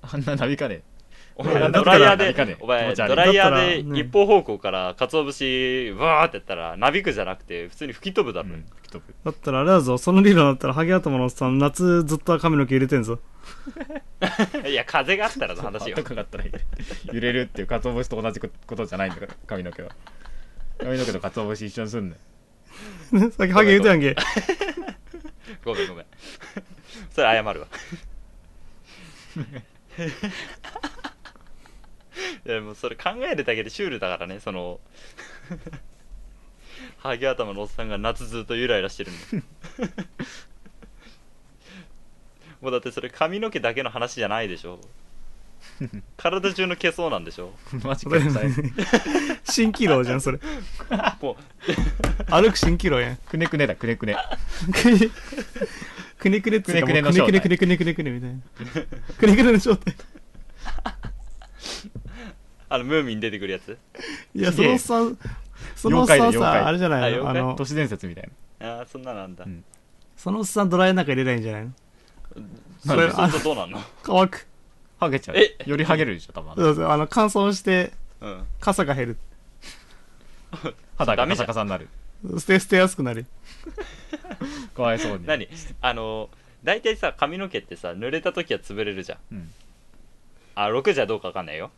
Speaker 2: あんななびかねえ
Speaker 1: お
Speaker 2: いや
Speaker 1: 前
Speaker 2: だ
Speaker 1: ド
Speaker 2: った
Speaker 1: ラ
Speaker 2: ら
Speaker 1: イヤー
Speaker 2: なびかね
Speaker 1: で
Speaker 2: え
Speaker 1: お
Speaker 2: 気
Speaker 1: 前
Speaker 2: 持ち悪い
Speaker 1: ドライヤ
Speaker 3: だった
Speaker 1: ー
Speaker 3: ら
Speaker 1: で
Speaker 3: ね
Speaker 1: 一方方向からかつお節わーってやったらなびくじゃなくて普通に吹き飛ぶだろ、
Speaker 2: うん吹き飛ぶ
Speaker 3: だったらあれだぞ。その理論だったら、ハゲ頭のおっさん、夏ずっと髪の毛入れてんぞ。
Speaker 1: いや風があったらの話よ
Speaker 2: とかかったらいい揺れるっていうかつお節と同じことじゃないんだから髪の毛は髪の毛とかつお節一緒にすんね
Speaker 3: さっきハゲ言うてやんけ。
Speaker 1: ごめんご めんそれ謝る わいやもうそれ考えるだけでシュールだからねそのハゲ頭のおっさんが夏ずっとゆらゆらしてるの もうだってそれ髪の毛だけの話じゃないでしょ体中の毛そうなんでし ょ
Speaker 2: マジ
Speaker 3: そ
Speaker 2: か
Speaker 3: れ
Speaker 2: よ最悪
Speaker 3: 蜃気楼じゃん、それ。
Speaker 1: も
Speaker 3: 歩く蜃気楼やん。
Speaker 2: くねくねだくねくね
Speaker 3: くねくねっつうかも
Speaker 2: くね
Speaker 3: う
Speaker 2: くねの正体
Speaker 3: くねくねくねくねくねみたいな。くねくねの正体。
Speaker 1: うあのムーミン出てくるやつ
Speaker 3: いや、そのおっさん、そのおっさん
Speaker 2: 妖怪だよ妖怪
Speaker 3: さ、あれじゃないの
Speaker 1: あ
Speaker 3: あの
Speaker 2: 都、市伝説みたい
Speaker 1: ああそんななんだ、
Speaker 2: うん
Speaker 3: そのおっさんドライヤーの中入れないんじゃないの
Speaker 1: そ
Speaker 2: な
Speaker 1: れ
Speaker 2: んで
Speaker 1: そうするとどうなんの
Speaker 3: 乾く。
Speaker 2: なハゲちゃ
Speaker 1: え
Speaker 2: うよりハゲるでしょ多分
Speaker 3: そうそう、あの、乾燥して、
Speaker 1: うん
Speaker 3: 傘が減る。
Speaker 2: 肌
Speaker 1: ダ
Speaker 2: が
Speaker 1: メ
Speaker 2: カ
Speaker 1: じゃん
Speaker 2: サカサになる
Speaker 3: 捨て、捨てやすくなる。
Speaker 2: かわいそう に
Speaker 1: 何あの大体さ髪の毛ってさ濡れた時は潰れるじゃん
Speaker 2: うん
Speaker 1: あ6じゃどうかわかんないよ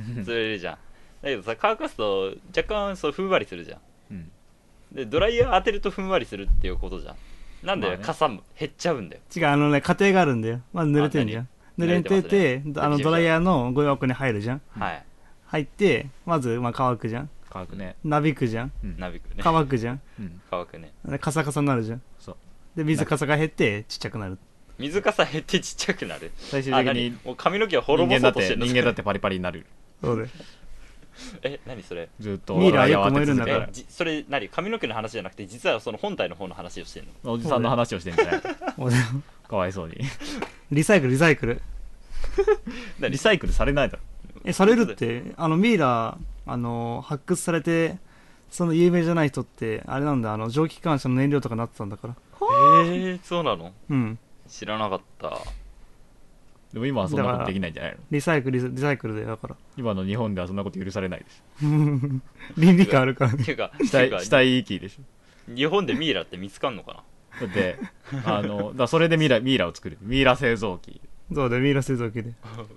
Speaker 1: 潰れるじゃんだけどさ乾かすと若干そうふんわりするじゃん
Speaker 2: うん
Speaker 1: でドライヤー当てるとふんわりするっていうことじゃんなん
Speaker 2: ま
Speaker 1: で
Speaker 2: あね
Speaker 1: 傘も減っちゃうんだよ、
Speaker 3: 違う、あのね、家庭があるんだよ。まあ濡れてんじゃん。で、
Speaker 1: 慣れ
Speaker 3: 連
Speaker 1: てま
Speaker 3: 携
Speaker 1: すね
Speaker 3: て、あの、ドライヤーのゴミ箱に入るじゃん。
Speaker 1: はい
Speaker 3: 入って、まず、まあ、乾くじゃん。
Speaker 2: 乾くね
Speaker 3: なびくじゃん。
Speaker 2: うん
Speaker 1: ナビくね
Speaker 3: 乾くじゃん。
Speaker 2: うん
Speaker 1: 乾くね
Speaker 3: でカサカサになるじゃん。
Speaker 2: そう
Speaker 3: で、水カサが減って、ちっちゃくなる。
Speaker 1: 水かさ減ってちっちゃくな る
Speaker 2: 最終
Speaker 1: あ
Speaker 2: 的
Speaker 1: 何
Speaker 2: に
Speaker 1: もう髪の毛を
Speaker 2: 人
Speaker 1: 滅ぼ
Speaker 2: 間
Speaker 1: そ
Speaker 2: だ
Speaker 1: う
Speaker 2: っ
Speaker 1: としててるの
Speaker 2: 人 間だってパリパリになる
Speaker 3: そうで。
Speaker 1: え何それ
Speaker 2: ずっと
Speaker 3: ミイラはよく
Speaker 2: 笑い合わ
Speaker 3: 燃え
Speaker 2: せ
Speaker 3: るん
Speaker 2: 続
Speaker 3: だ
Speaker 2: け
Speaker 3: か
Speaker 1: え
Speaker 3: ら
Speaker 1: じそれ何髪の毛の話じゃなくて実はその本体の方の話をしてるの
Speaker 2: おじさんの話をしてんじゃない
Speaker 3: 俺
Speaker 2: かわいそうに
Speaker 3: リサイクル、リサイクル。
Speaker 2: リサイクルされないだろ
Speaker 3: え、されるって、あの、ミイラ、あの、発掘されて、その有名じゃない人って、あれなんだ、あの、蒸気機関車の燃料とかなってたんだから。
Speaker 1: えー、そうなの
Speaker 3: うん。
Speaker 1: 知らなかった
Speaker 2: でも今はそんなことできないんじゃないの
Speaker 3: リサイクル、リサリサイクルで、だから。
Speaker 2: 今の日本ではそんなこと許されないです
Speaker 3: 倫理観あるからね。
Speaker 1: ていうか
Speaker 2: 死
Speaker 1: ていうか
Speaker 2: 体死体遺棄でしょ
Speaker 1: 日本でミイラって見つかんのかな
Speaker 2: だってあのだからそれでミイラミイラを作るミイラ製造機
Speaker 3: そうだよ、ミイラ製造機で。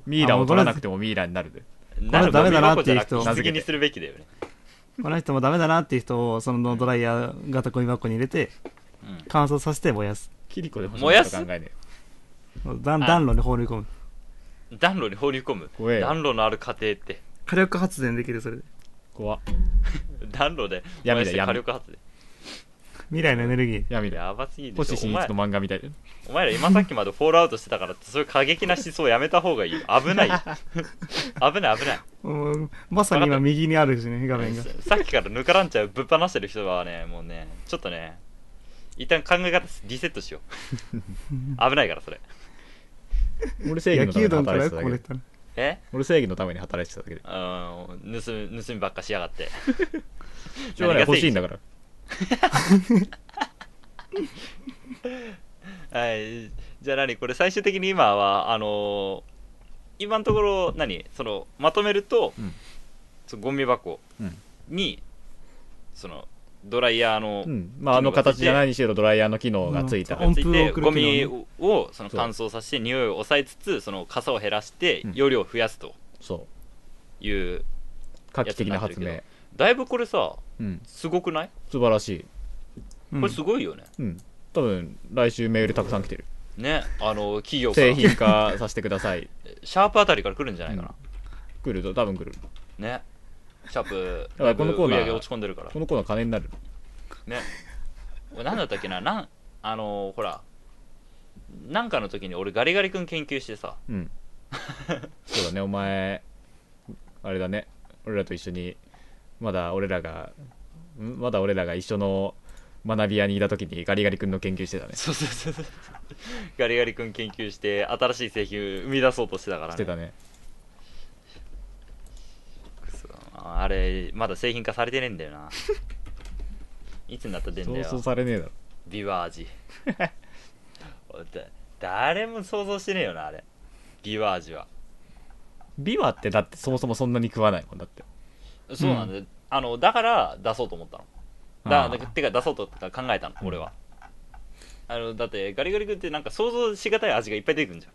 Speaker 2: ミイラを取らなくてもミイラになるで
Speaker 1: なる
Speaker 3: ダメだなっていう人
Speaker 1: ゴミ箱じゃなくて棺にするべきだよね、
Speaker 3: この人もダメだなっていう人を、そのドライヤー型ゴミ箱に入れて、
Speaker 1: うん
Speaker 3: 乾燥させて燃やす。
Speaker 2: キリコで
Speaker 1: 燃やす
Speaker 2: 考えね
Speaker 3: だ
Speaker 1: あ
Speaker 3: 暖炉に放り込む。
Speaker 1: 暖炉に放り込む
Speaker 2: 怖えよ
Speaker 1: 暖炉のある家庭って
Speaker 3: 火力発電できる、それで。
Speaker 2: 怖っ
Speaker 1: 暖炉で燃や
Speaker 2: 闇だ
Speaker 1: して
Speaker 2: 闇
Speaker 1: 火力発電
Speaker 3: 未来のエネルギー。
Speaker 2: 闇だ
Speaker 1: やばすぎで
Speaker 2: 星
Speaker 1: しょお
Speaker 2: 新一
Speaker 1: 前
Speaker 2: の漫画みたいだよ
Speaker 1: お前ら今さっきまでフォールアウトしてたからってそういう過激な思想やめた方がいいよ危ないよ危ない危ない
Speaker 3: うんまさに今右にあるしね、画面が。
Speaker 1: さっきからぬからんちゃうぶっ放してる人はねもうねちょっとね一旦考え方リセットしよう危ないからそれ
Speaker 2: 俺正義
Speaker 3: 野
Speaker 2: のた
Speaker 3: 球
Speaker 2: めに
Speaker 3: 丼から
Speaker 2: 働い
Speaker 3: よ
Speaker 2: てただけで
Speaker 3: く漏れたな。
Speaker 1: え
Speaker 2: 俺正義のために働いてただけで
Speaker 1: うん盗み盗みばっかしやがって
Speaker 2: しょうがない欲しいんだから
Speaker 1: はい、じゃあ何これ最終的に今はあのー今のところ何そのまとめると、
Speaker 2: うん
Speaker 1: そのゴミ箱
Speaker 2: うん
Speaker 1: にそのドライヤーの、
Speaker 2: うんまああの形じゃないにしろドライヤーの機能がついた
Speaker 3: うん
Speaker 1: つい
Speaker 3: 温風を
Speaker 1: て
Speaker 3: 送る
Speaker 1: ゴ
Speaker 3: 機能ね
Speaker 1: ミををその
Speaker 2: そう
Speaker 1: 乾燥させて匂いを抑えつつその傘を減らして
Speaker 2: うん
Speaker 1: 容量を増やすと
Speaker 2: そ
Speaker 1: いう、
Speaker 2: う画期的な発
Speaker 1: やつにな
Speaker 2: 明
Speaker 1: っだいぶこれさ
Speaker 2: うん
Speaker 1: すごくない
Speaker 2: 素晴らしい
Speaker 3: うん
Speaker 1: これすごいよね、
Speaker 2: うん多分来週メールたくさん来てる
Speaker 1: ねあの企業から
Speaker 2: 製品化させてください
Speaker 1: シャープあたりから来るんじゃないかな、
Speaker 2: 来ると多分来る
Speaker 1: ねシャー プ
Speaker 2: だからこのコーナー
Speaker 1: 売り上げ落ち込んでるから
Speaker 2: この子の金になる
Speaker 1: ね 何だったっけななんあのーほらなんかの時に俺ガリガリ君研究してさ
Speaker 2: うんそうだねお前あれだね俺らと一緒にまだ俺らがんまだ俺らが一緒の学び屋にいた時にガリガリ君の研究してたね
Speaker 1: そうそうそうそうガリガリ君研究して新しい製品生み出そうとしてたからね
Speaker 2: してたね
Speaker 1: そうああれまだ製品化されてねえんだよな いつになったら出ん
Speaker 2: そ
Speaker 1: だ
Speaker 2: う
Speaker 1: よ
Speaker 2: そうされねえだろ
Speaker 1: ビワー ジおだ誰も想像してねえよなあれビワージは
Speaker 2: ビワってだってそもそもそんなに食わないもんだって
Speaker 1: そうなんだ、あのだから出そうと思ったのだ
Speaker 2: あー
Speaker 1: だてか出そうとか考えたの俺はあのだってガリガリ君ってなんか想像しがたい味がいっぱい出てくるんじゃん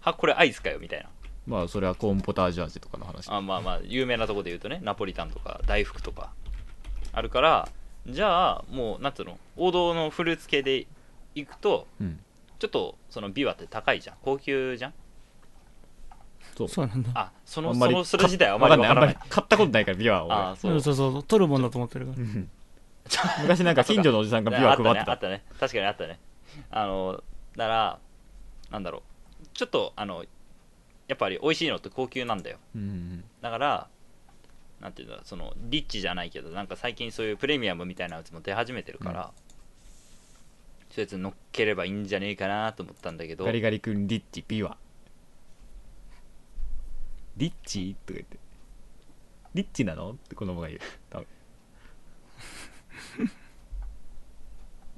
Speaker 1: はこれアイスかよみたいな
Speaker 2: まあそれはコーンポタージュ味とかの話
Speaker 1: あまあまあ有名なとこで言うとねナポリタンとか大福とかあるからじゃあもうなんつうの王道のフルーツ系でいくと
Speaker 2: うん
Speaker 1: ちょっとそのビワって高いじゃん高級じゃん
Speaker 2: そう
Speaker 3: そうなんだ。
Speaker 1: あそのそのそれ自体はあまり
Speaker 2: わ
Speaker 1: わから
Speaker 2: ん
Speaker 1: な
Speaker 2: な
Speaker 1: い
Speaker 2: い買ったことないからビ ワを俺
Speaker 1: ああ
Speaker 3: そう
Speaker 1: ーそ
Speaker 3: そううそう、取るもんだと思ってるから。
Speaker 2: 昔なんか近所のおじさんがビワ配って
Speaker 1: あ
Speaker 2: た
Speaker 1: ったねあったね確かにあったねあのだからなんだろうちょっとあのやっぱり美味しいのって高級なんだよ
Speaker 2: うんうん
Speaker 1: だからなんていうんだそのリッチじゃないけどなんか最近そういうプレミアムみたいなやつも出始めてるから、そういうやつ乗っければいいんじゃねえかなと思ったんだけ
Speaker 2: うん
Speaker 1: ど
Speaker 2: ガリガリ君リッチビワリッチとか言ってリッチなのって子供が言う多分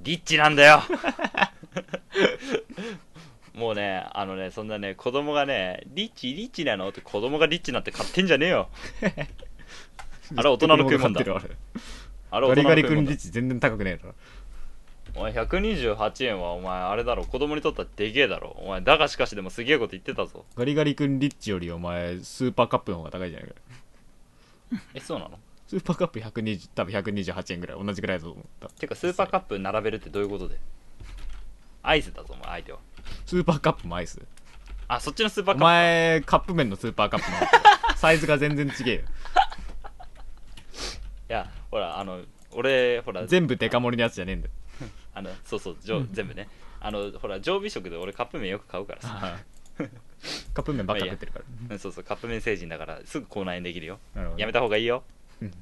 Speaker 1: リッチなんだよもうねあのねそんなね子供がねリッチリッチなのって子供がリッチなんて買ってんじゃねえ よあれ大人の食い物だ
Speaker 2: 子供が買ってる
Speaker 1: あ
Speaker 2: あ
Speaker 1: れ
Speaker 2: れガリガリ
Speaker 1: 大人の食い
Speaker 2: 君
Speaker 1: 物だ
Speaker 2: リッチ全然高くねえだろ
Speaker 1: お前128円はお前あれだろ子供にとったらでけえだろお前だがしかしでもすげえこと言ってたぞ
Speaker 2: ガリガリ君リッチよりお前スーパーカップの方が高いじゃないか
Speaker 1: えそうなの
Speaker 2: スーパーカップ120多分128円ぐらい同じぐらいだと思った
Speaker 1: てかスーパーカップ並べるってどういうことでアイスだぞお前相手は
Speaker 2: ススーパーカップもアイス
Speaker 1: あそっちのスーパ
Speaker 2: お
Speaker 1: ーカッ
Speaker 2: 前カップ麺のスーパーカップもアイスサイズが全然違えよ
Speaker 1: プいやほらあの俺ほら
Speaker 2: 全部デカ盛りのやつじゃねえんだよ
Speaker 1: あのそうそうじょ全部ねあのほら常備食で俺カップ麺よく買うからさ、
Speaker 2: カップ麺ばっか食ってるから、
Speaker 1: うん、 そうそうカップ麺成人だからすぐ口内炎できるよ
Speaker 2: なるほど
Speaker 1: やめた方がいいよちゃんと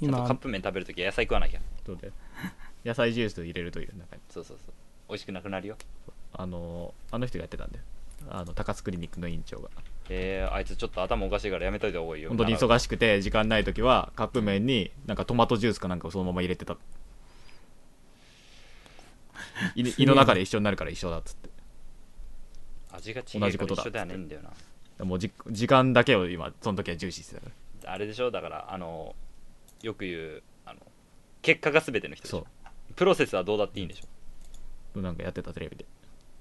Speaker 3: 今
Speaker 1: カップ麺食べるときは野菜食わなきゃ
Speaker 2: そうだよ野菜ジュースを入れるという中に
Speaker 1: そうそうそう美味しくなくなるよ
Speaker 2: あのあの人がやってたんだよあの高須クリニックの院長が
Speaker 1: えー、あいつちょっと頭おかしいからやめといた方がいいよ
Speaker 2: 本当に
Speaker 1: な
Speaker 2: 忙しくて時間ない時はカップ麺になんかトマトジュースかなんかをそのまま入れてた胃に
Speaker 3: すげえ
Speaker 2: 胃の中で一緒になるから一緒だっつって
Speaker 1: ら味が違う
Speaker 2: 同じことだ
Speaker 1: 一緒ではねえんだよな
Speaker 2: もうじ時間だけを今その時は重視してたから
Speaker 1: あれでしょだからあのよく言うあの結果が全ての人でしょ
Speaker 2: そ
Speaker 1: プロセスはどうだっていいんでしょ
Speaker 2: うなんかやってたテレビで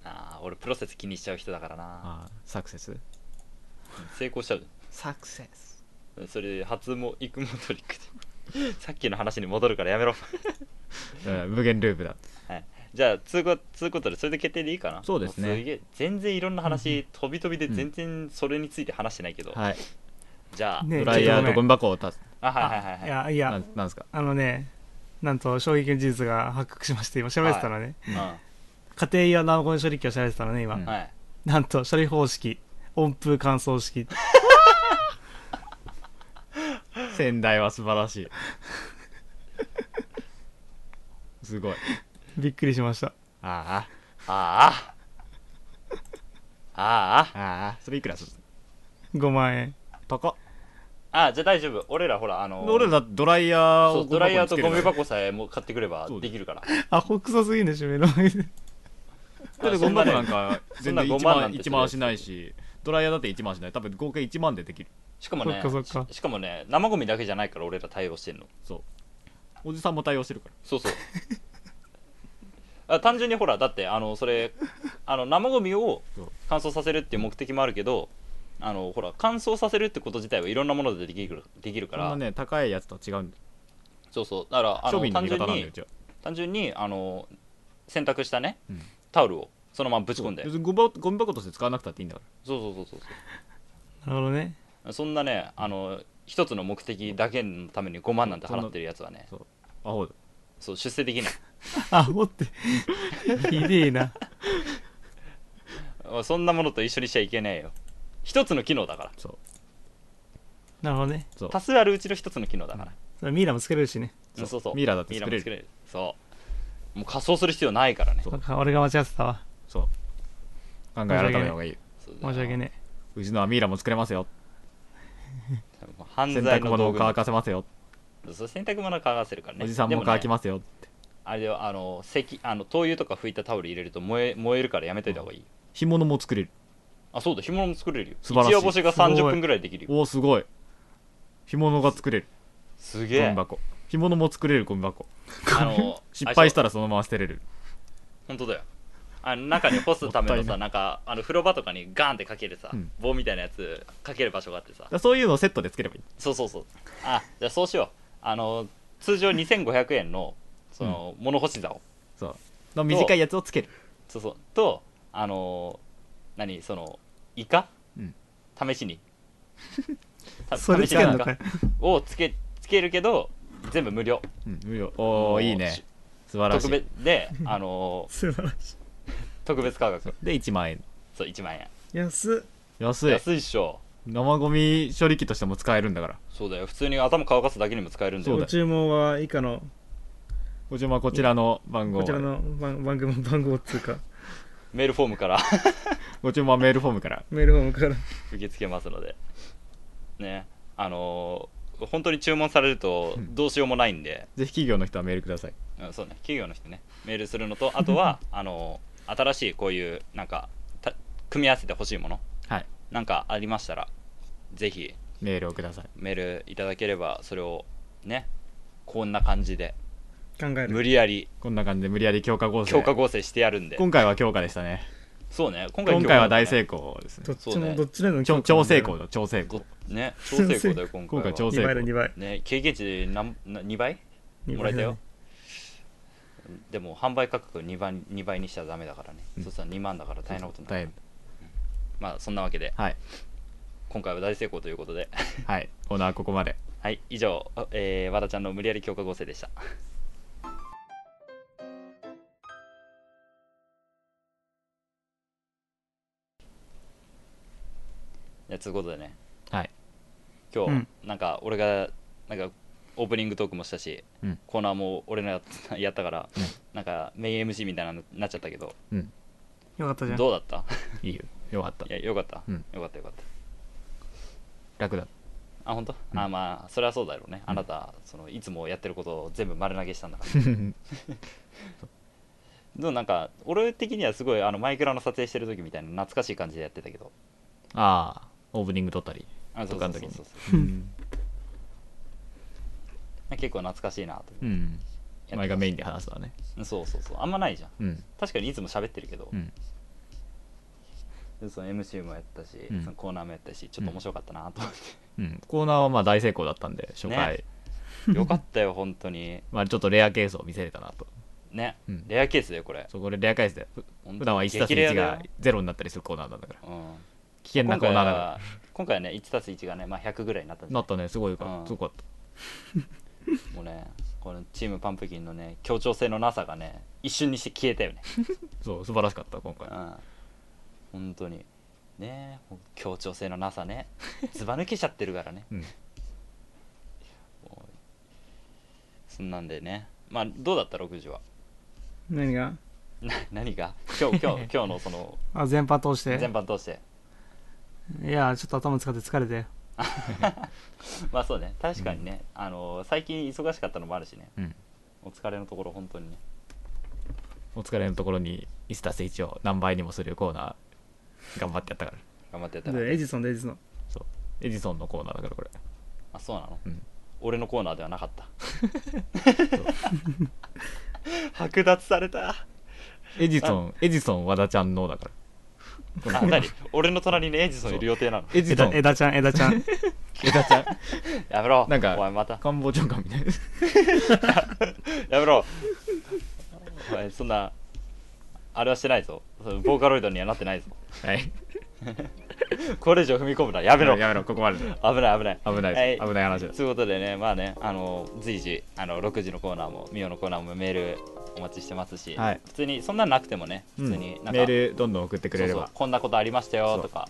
Speaker 1: ああ俺プロセス気にしちゃう人だからな
Speaker 2: ああサクセス
Speaker 1: 成功しちゃう
Speaker 2: サクセス
Speaker 1: それで初も育毛トリックで さっきの話に戻るからやめろ
Speaker 2: うん無限ループだ
Speaker 1: じゃあつうこつうことでそれで決定でいいかな
Speaker 2: そうですね
Speaker 1: もげえ全然いろんな話飛び飛びで全然それについて話してないけど、
Speaker 2: はい
Speaker 1: じゃあ、
Speaker 3: ね
Speaker 2: ド
Speaker 3: え
Speaker 2: ライヤー
Speaker 3: ちょ
Speaker 2: と
Speaker 3: っ
Speaker 2: ゴ
Speaker 3: とごめ
Speaker 2: ミ箱をたす
Speaker 1: あはいはいはい
Speaker 3: い
Speaker 1: はい
Speaker 3: や
Speaker 2: な
Speaker 3: いや
Speaker 2: んなんですか
Speaker 3: あのねなんと衝撃の事実が発覚しまして今調べてたらね、
Speaker 1: うん
Speaker 3: 家庭用生ゴミ処理器を調べてたらね今、
Speaker 2: うん
Speaker 1: はい
Speaker 3: なんと処理方式温風乾燥式
Speaker 2: 仙台は素晴らしいすごい
Speaker 3: びっくりしました
Speaker 2: あ
Speaker 1: あああ
Speaker 2: あああそれいくらする
Speaker 3: 5万円
Speaker 2: 高っ
Speaker 1: あああじゃあ大丈夫俺らほらあの
Speaker 2: 俺らだってドライヤー
Speaker 1: そ
Speaker 2: を
Speaker 1: うドライヤーとゴミ
Speaker 2: ゴミ
Speaker 1: 箱さえもう買ってくれば
Speaker 2: そうだよ
Speaker 1: できるから
Speaker 3: アホくそすぎんでしょ目の前で
Speaker 2: だってゴミ箱なんか
Speaker 1: そん
Speaker 2: 全
Speaker 1: な
Speaker 2: 然
Speaker 1: ね
Speaker 2: 1
Speaker 1: そんな5万な
Speaker 2: 万
Speaker 1: んて
Speaker 2: 1万はしないしドライヤーだって1万はしない多分合計1万でできる
Speaker 1: しかもね
Speaker 3: そっかそっか
Speaker 1: ししかもね生ゴミだけじゃないから俺ら対応してんの
Speaker 2: そうおじさんも対応してるから
Speaker 1: そうそうあ単純にほらだってあのそれあの生ゴミを
Speaker 2: そう
Speaker 1: 乾燥させるっていう目的もあるけどあのほら乾燥させるってこと自体はいろんなものでできるできるか
Speaker 2: そ
Speaker 1: ら
Speaker 2: んなね高いやつとは違うんだよ
Speaker 1: そうそうだからあ
Speaker 2: 庶
Speaker 1: の
Speaker 2: 民の
Speaker 1: 単
Speaker 2: 味方
Speaker 1: 純
Speaker 2: なんだよ
Speaker 1: に
Speaker 2: うちは
Speaker 1: 単純にあの洗濯したね、
Speaker 2: うん
Speaker 1: タオルをそのままぶち込んで
Speaker 2: 別にゴミ箱ゴミ箱として使わなくたっていいんだか
Speaker 1: そうそうそうそう
Speaker 3: なるほどね
Speaker 1: そうそんなねあの一つの目的だけのために5万なんて払ってるやつはね
Speaker 2: らアホだ
Speaker 1: そう出世できない
Speaker 3: アホってひでえな
Speaker 1: あそんなものと一緒にしちゃいけないよ一つの機能だから
Speaker 2: そう
Speaker 3: なるほどね
Speaker 2: そう
Speaker 1: 多数あるうちの一つの機能だから、
Speaker 3: それミイラもつけれるしね
Speaker 1: うんそうそう
Speaker 2: ミイラだって
Speaker 1: ミイラ
Speaker 2: 作
Speaker 1: も
Speaker 2: れる
Speaker 1: 作れるそうもう仮装する必要ないからね
Speaker 2: そう
Speaker 3: なんか俺が間違ってたわ
Speaker 2: そう考え改めた方がいい
Speaker 1: そうだ
Speaker 3: 申し訳ね
Speaker 2: うちのはミイラも作れますよ
Speaker 1: もう犯
Speaker 2: 洗
Speaker 1: 罪
Speaker 2: 濯
Speaker 1: の
Speaker 2: 物
Speaker 1: 道
Speaker 2: を
Speaker 1: 具
Speaker 2: 乾かせますよ
Speaker 1: そう洗濯物は乾かせるからね
Speaker 2: おじさんも乾き
Speaker 1: す、でね
Speaker 2: ますよ
Speaker 1: あれではあの石あの灯油とか拭いたタオル入れると燃え燃えるからやめといた方がいい、
Speaker 2: 干物も作れる
Speaker 1: あそうだ干物も作れるよ
Speaker 2: 素晴らしい
Speaker 1: 一夜干しが
Speaker 3: す
Speaker 1: 30
Speaker 3: ごい
Speaker 1: 分ぐらいできるよ
Speaker 2: おおすごい干物が作れる
Speaker 1: すげ
Speaker 2: ゴミ
Speaker 1: え
Speaker 2: 箱干物も作れるゴミ箱
Speaker 1: あの
Speaker 2: 失敗した
Speaker 1: ら
Speaker 2: らそのまま捨てれる
Speaker 1: 本当だよあの中に干すため
Speaker 2: も
Speaker 1: の
Speaker 2: った
Speaker 1: さ
Speaker 2: い
Speaker 1: なんかあの風呂場とかにガーンってかけるさ、
Speaker 2: うん
Speaker 1: 棒みたいなやつかける場所があってさ
Speaker 2: だからそういうのをセットでつければいい
Speaker 1: そうそうそうあじゃあそうしようあの通常2500円のその、物干し竿
Speaker 2: そうの短いやつをつける
Speaker 1: そうそうとあの何そのイカ、
Speaker 2: うん
Speaker 1: 試し にた
Speaker 3: それ
Speaker 1: 試
Speaker 3: つ
Speaker 1: し
Speaker 3: け
Speaker 1: に
Speaker 3: ん
Speaker 1: イ
Speaker 3: の
Speaker 1: カ
Speaker 3: かよ
Speaker 1: をつけつけるけど全部無料
Speaker 2: うん無料お
Speaker 1: も
Speaker 2: お
Speaker 1: う
Speaker 2: いいね素晴らし
Speaker 1: 特
Speaker 2: い
Speaker 1: 別 であの
Speaker 3: 素晴らし
Speaker 1: 特別価格
Speaker 2: で1万円
Speaker 1: そう1万円
Speaker 3: い安っ
Speaker 2: 安い
Speaker 1: 安いっしょ
Speaker 2: 生ゴミ処理器としても使えるんだから
Speaker 1: そうだよ普通に頭乾かすだけにも使えるんだよ
Speaker 2: そう
Speaker 3: ご
Speaker 2: だ
Speaker 3: 注文は以下の
Speaker 2: ご注文はこちらの番号
Speaker 3: こ
Speaker 2: まで
Speaker 3: ちらの番番組番号っつうか
Speaker 1: メールフォームから
Speaker 2: ご注文はメールフォームから
Speaker 3: メールフォームから
Speaker 1: 受け付けますのでねあのー本当に注文されると
Speaker 2: うん
Speaker 1: どうしようもないんで、
Speaker 2: ぜひ企業の人はメールください
Speaker 1: うん、そうね企業の人ねメールするのとあと はあのー新しいこういうなんかた組み合わせてほしいもの
Speaker 2: はい
Speaker 1: なんかありましたらぜひ
Speaker 2: メールをください
Speaker 1: メールいただければそれをねこんな感じで
Speaker 3: 考える
Speaker 1: 無理やり
Speaker 2: こんな感じで無理やり強化合成
Speaker 1: 強化合成してやるんで
Speaker 2: 今回は強化でしたね
Speaker 1: そうね今回
Speaker 2: 今回は大
Speaker 1: 成
Speaker 2: 成功ですね
Speaker 3: どっち
Speaker 1: そうね
Speaker 3: もどっちでの
Speaker 2: ちょ超成功だ超成功
Speaker 1: ね超成功だよ今回
Speaker 2: 今
Speaker 1: は
Speaker 2: 回超
Speaker 3: 2
Speaker 2: 成
Speaker 3: 倍だ
Speaker 2: 功
Speaker 3: 2倍
Speaker 1: ね経験値何な2倍
Speaker 3: 二倍
Speaker 1: もらえたよでも販売価格2倍 ,2 倍にしちゃダメだからね、
Speaker 2: うん
Speaker 1: そしたら2万だから大変なことにな
Speaker 2: 大
Speaker 1: る
Speaker 2: 変
Speaker 1: まあそんなわけで
Speaker 2: はい
Speaker 1: 今回は大成功ということで
Speaker 2: はいオーナーここまで
Speaker 1: はい以上、えー和田ちゃんの無理やり強化合成でした いやつうことでね
Speaker 2: はい
Speaker 1: 今日、
Speaker 3: うん
Speaker 1: なんか俺がなんかオープニングトークもしたし、
Speaker 2: うん
Speaker 1: コーナーも俺のやっやったから、
Speaker 2: うん
Speaker 1: なんかメイン MC みたいなのになっちゃったけど
Speaker 2: うん
Speaker 3: よかったじゃん。
Speaker 1: どうだった
Speaker 2: いいよよかった
Speaker 1: いやよかった、
Speaker 2: うん
Speaker 1: よかったよかった
Speaker 2: 楽だ
Speaker 1: あ本当、
Speaker 2: うん
Speaker 1: あまあそれはそうだろうね、
Speaker 2: うん
Speaker 1: あなたそのいつもやってることを全部丸投げしたんだからでもなんか俺的にはすごいあのマイクラの撮影してる時みたいな懐かしい感じでやってたけど
Speaker 2: ああオープニング撮ったり
Speaker 1: あ
Speaker 2: と
Speaker 1: そう
Speaker 2: か
Speaker 1: そう
Speaker 2: の
Speaker 1: そう
Speaker 2: 時
Speaker 1: そう
Speaker 2: に
Speaker 1: そう
Speaker 3: う
Speaker 1: 結構懐かしいなと
Speaker 2: う
Speaker 1: いうんやってた
Speaker 2: 前がメインで話すわね
Speaker 1: そうそうそうあんまないじゃん
Speaker 2: うん
Speaker 1: 確かにいつも喋ってるけど
Speaker 2: う、ん
Speaker 1: でその MC もやったし、
Speaker 2: うん
Speaker 1: そのコーナーもやったしちょっと面白かったなと思って、
Speaker 2: うんコーナーはまあ大成功だったんで初回、
Speaker 1: ねよかったよ本当に
Speaker 2: まあちょっとレアケースを見せれたなと
Speaker 1: ね、
Speaker 2: うん
Speaker 1: レアケースだよこれ
Speaker 2: そうこれレアケースでふ
Speaker 1: 本当に
Speaker 2: 普段は1たす
Speaker 1: 激レア
Speaker 2: 1
Speaker 1: だよ
Speaker 2: がゼロになったりするコーナーなんだから
Speaker 1: うん
Speaker 2: 危険な
Speaker 1: 今
Speaker 2: コ
Speaker 1: 回
Speaker 2: ーナーだから
Speaker 1: は今回はね 1+1 がね、まあ、100ぐらいになったんじゃ
Speaker 2: な
Speaker 1: ない
Speaker 2: ったねすごいよか
Speaker 1: うん
Speaker 2: すごかった
Speaker 1: もうねこのチームパンプキンのね協調性のなさがね一瞬にして消えたよね、
Speaker 2: そう素晴らしかった今
Speaker 1: う
Speaker 2: 回
Speaker 1: ん、本当にねもう協調性のなさねずば抜けちゃってるからね
Speaker 2: うん
Speaker 1: もうそんなんでねまあどうだった6時は
Speaker 3: 何が
Speaker 1: な何が今日今日今日のその
Speaker 3: あ、全般通して。
Speaker 1: 全般通して
Speaker 3: いや、ちょっと頭使って疲れて。
Speaker 1: まあそうね確かにね、あの最近忙しかったのもあるしね
Speaker 2: うん
Speaker 1: お疲れのところ本当にね
Speaker 2: お疲れのところに1たす1を何倍にもするコーナー頑張ってやったから
Speaker 1: 頑張ってやったら
Speaker 3: でエジソンでエジソン。
Speaker 2: そうエジソンのコーナーだからこれ
Speaker 1: あそうなの、
Speaker 2: うん
Speaker 1: 俺のコーナーではなかった 剥奪された
Speaker 2: エジソンエジソン和田ちゃんのだからこの
Speaker 1: あ何俺の隣にエジソンいる予定なの
Speaker 2: エジソ
Speaker 3: 枝
Speaker 2: ン
Speaker 3: 枝ちゃん、枝ちゃん。
Speaker 2: 枝ちゃん
Speaker 1: やめろ
Speaker 2: なんか
Speaker 1: お前また
Speaker 2: 官房長官みたいな
Speaker 1: やめろお前そんなあれはしてないぞそのボーカロイドにはなってないぞ
Speaker 2: はい
Speaker 1: これ以上踏み込むなやめろ
Speaker 2: やめろここまでだ
Speaker 1: 危ない危ない
Speaker 2: 危ないです危ない話だ
Speaker 1: ということでねまあねあの随時あの6時のコーナーもミオのコーナーもメールお待ちしてますし、
Speaker 2: はい
Speaker 1: 普通にそんなのなくてもね
Speaker 2: う
Speaker 1: 普
Speaker 2: ん
Speaker 1: 通
Speaker 2: メ
Speaker 1: になんか、
Speaker 2: ールどんどん送ってくれれ
Speaker 1: そう
Speaker 2: ば
Speaker 1: そうこんなことありましたよとか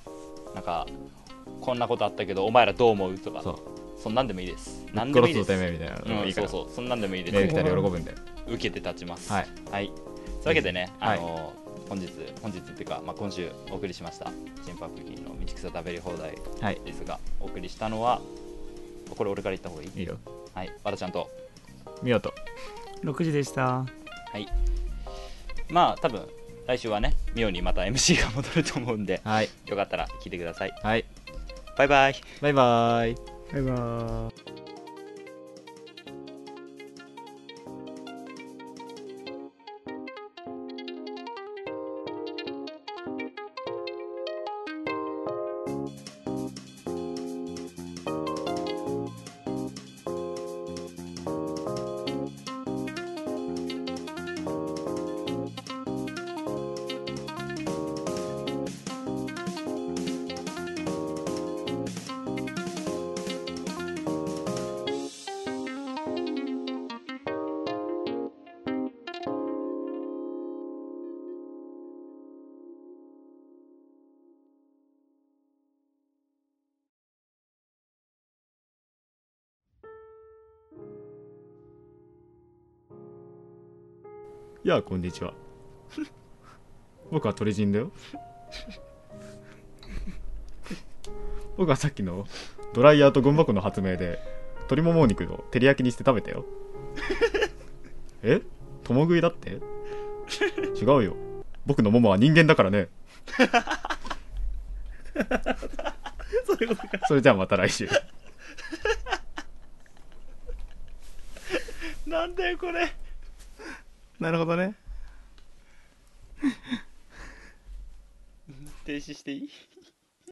Speaker 1: なんかこんなことあったけどお前らどう思うとか
Speaker 2: そう
Speaker 1: そんなんでもいいです何でも
Speaker 2: 殺
Speaker 1: いい
Speaker 2: す
Speaker 1: で
Speaker 2: ぞ
Speaker 1: す
Speaker 2: てめえみたいなのも
Speaker 1: う
Speaker 2: い
Speaker 1: ん、
Speaker 2: いか
Speaker 1: そう
Speaker 2: ら
Speaker 1: そうそんなんでもいいで
Speaker 2: メール
Speaker 1: す
Speaker 2: 来たら喜ぶんで
Speaker 1: 受けて立ちます
Speaker 2: はい、
Speaker 1: はい、というわけでね、
Speaker 2: はい
Speaker 1: あの本日本日っていうか、まあ、今週お送りしました「チンパクキーの道草食べり放題
Speaker 2: はい」
Speaker 1: ですがお送りしたのはこれ俺から言った方がいい
Speaker 2: いいよ
Speaker 1: はい和田ちゃんと
Speaker 2: 見ようと
Speaker 3: 6時でした。
Speaker 1: はいまあ多分来週はねミオにまた MC が戻ると思うんで
Speaker 2: はい
Speaker 1: よかったら聞いてください
Speaker 2: はい
Speaker 1: バイバイ
Speaker 2: バイバイ
Speaker 3: バイバーイ。
Speaker 2: やあこんにちは 僕は鳥人だよ 僕はさっきのドライヤーとゴミ箱の発明で鶏もも肉を照り焼きにして食べたよ え共食いだって違うよ僕のももは人間だからねそれじゃあまた来週
Speaker 1: なんだよこれ
Speaker 3: なるほどね。
Speaker 1: 停止していい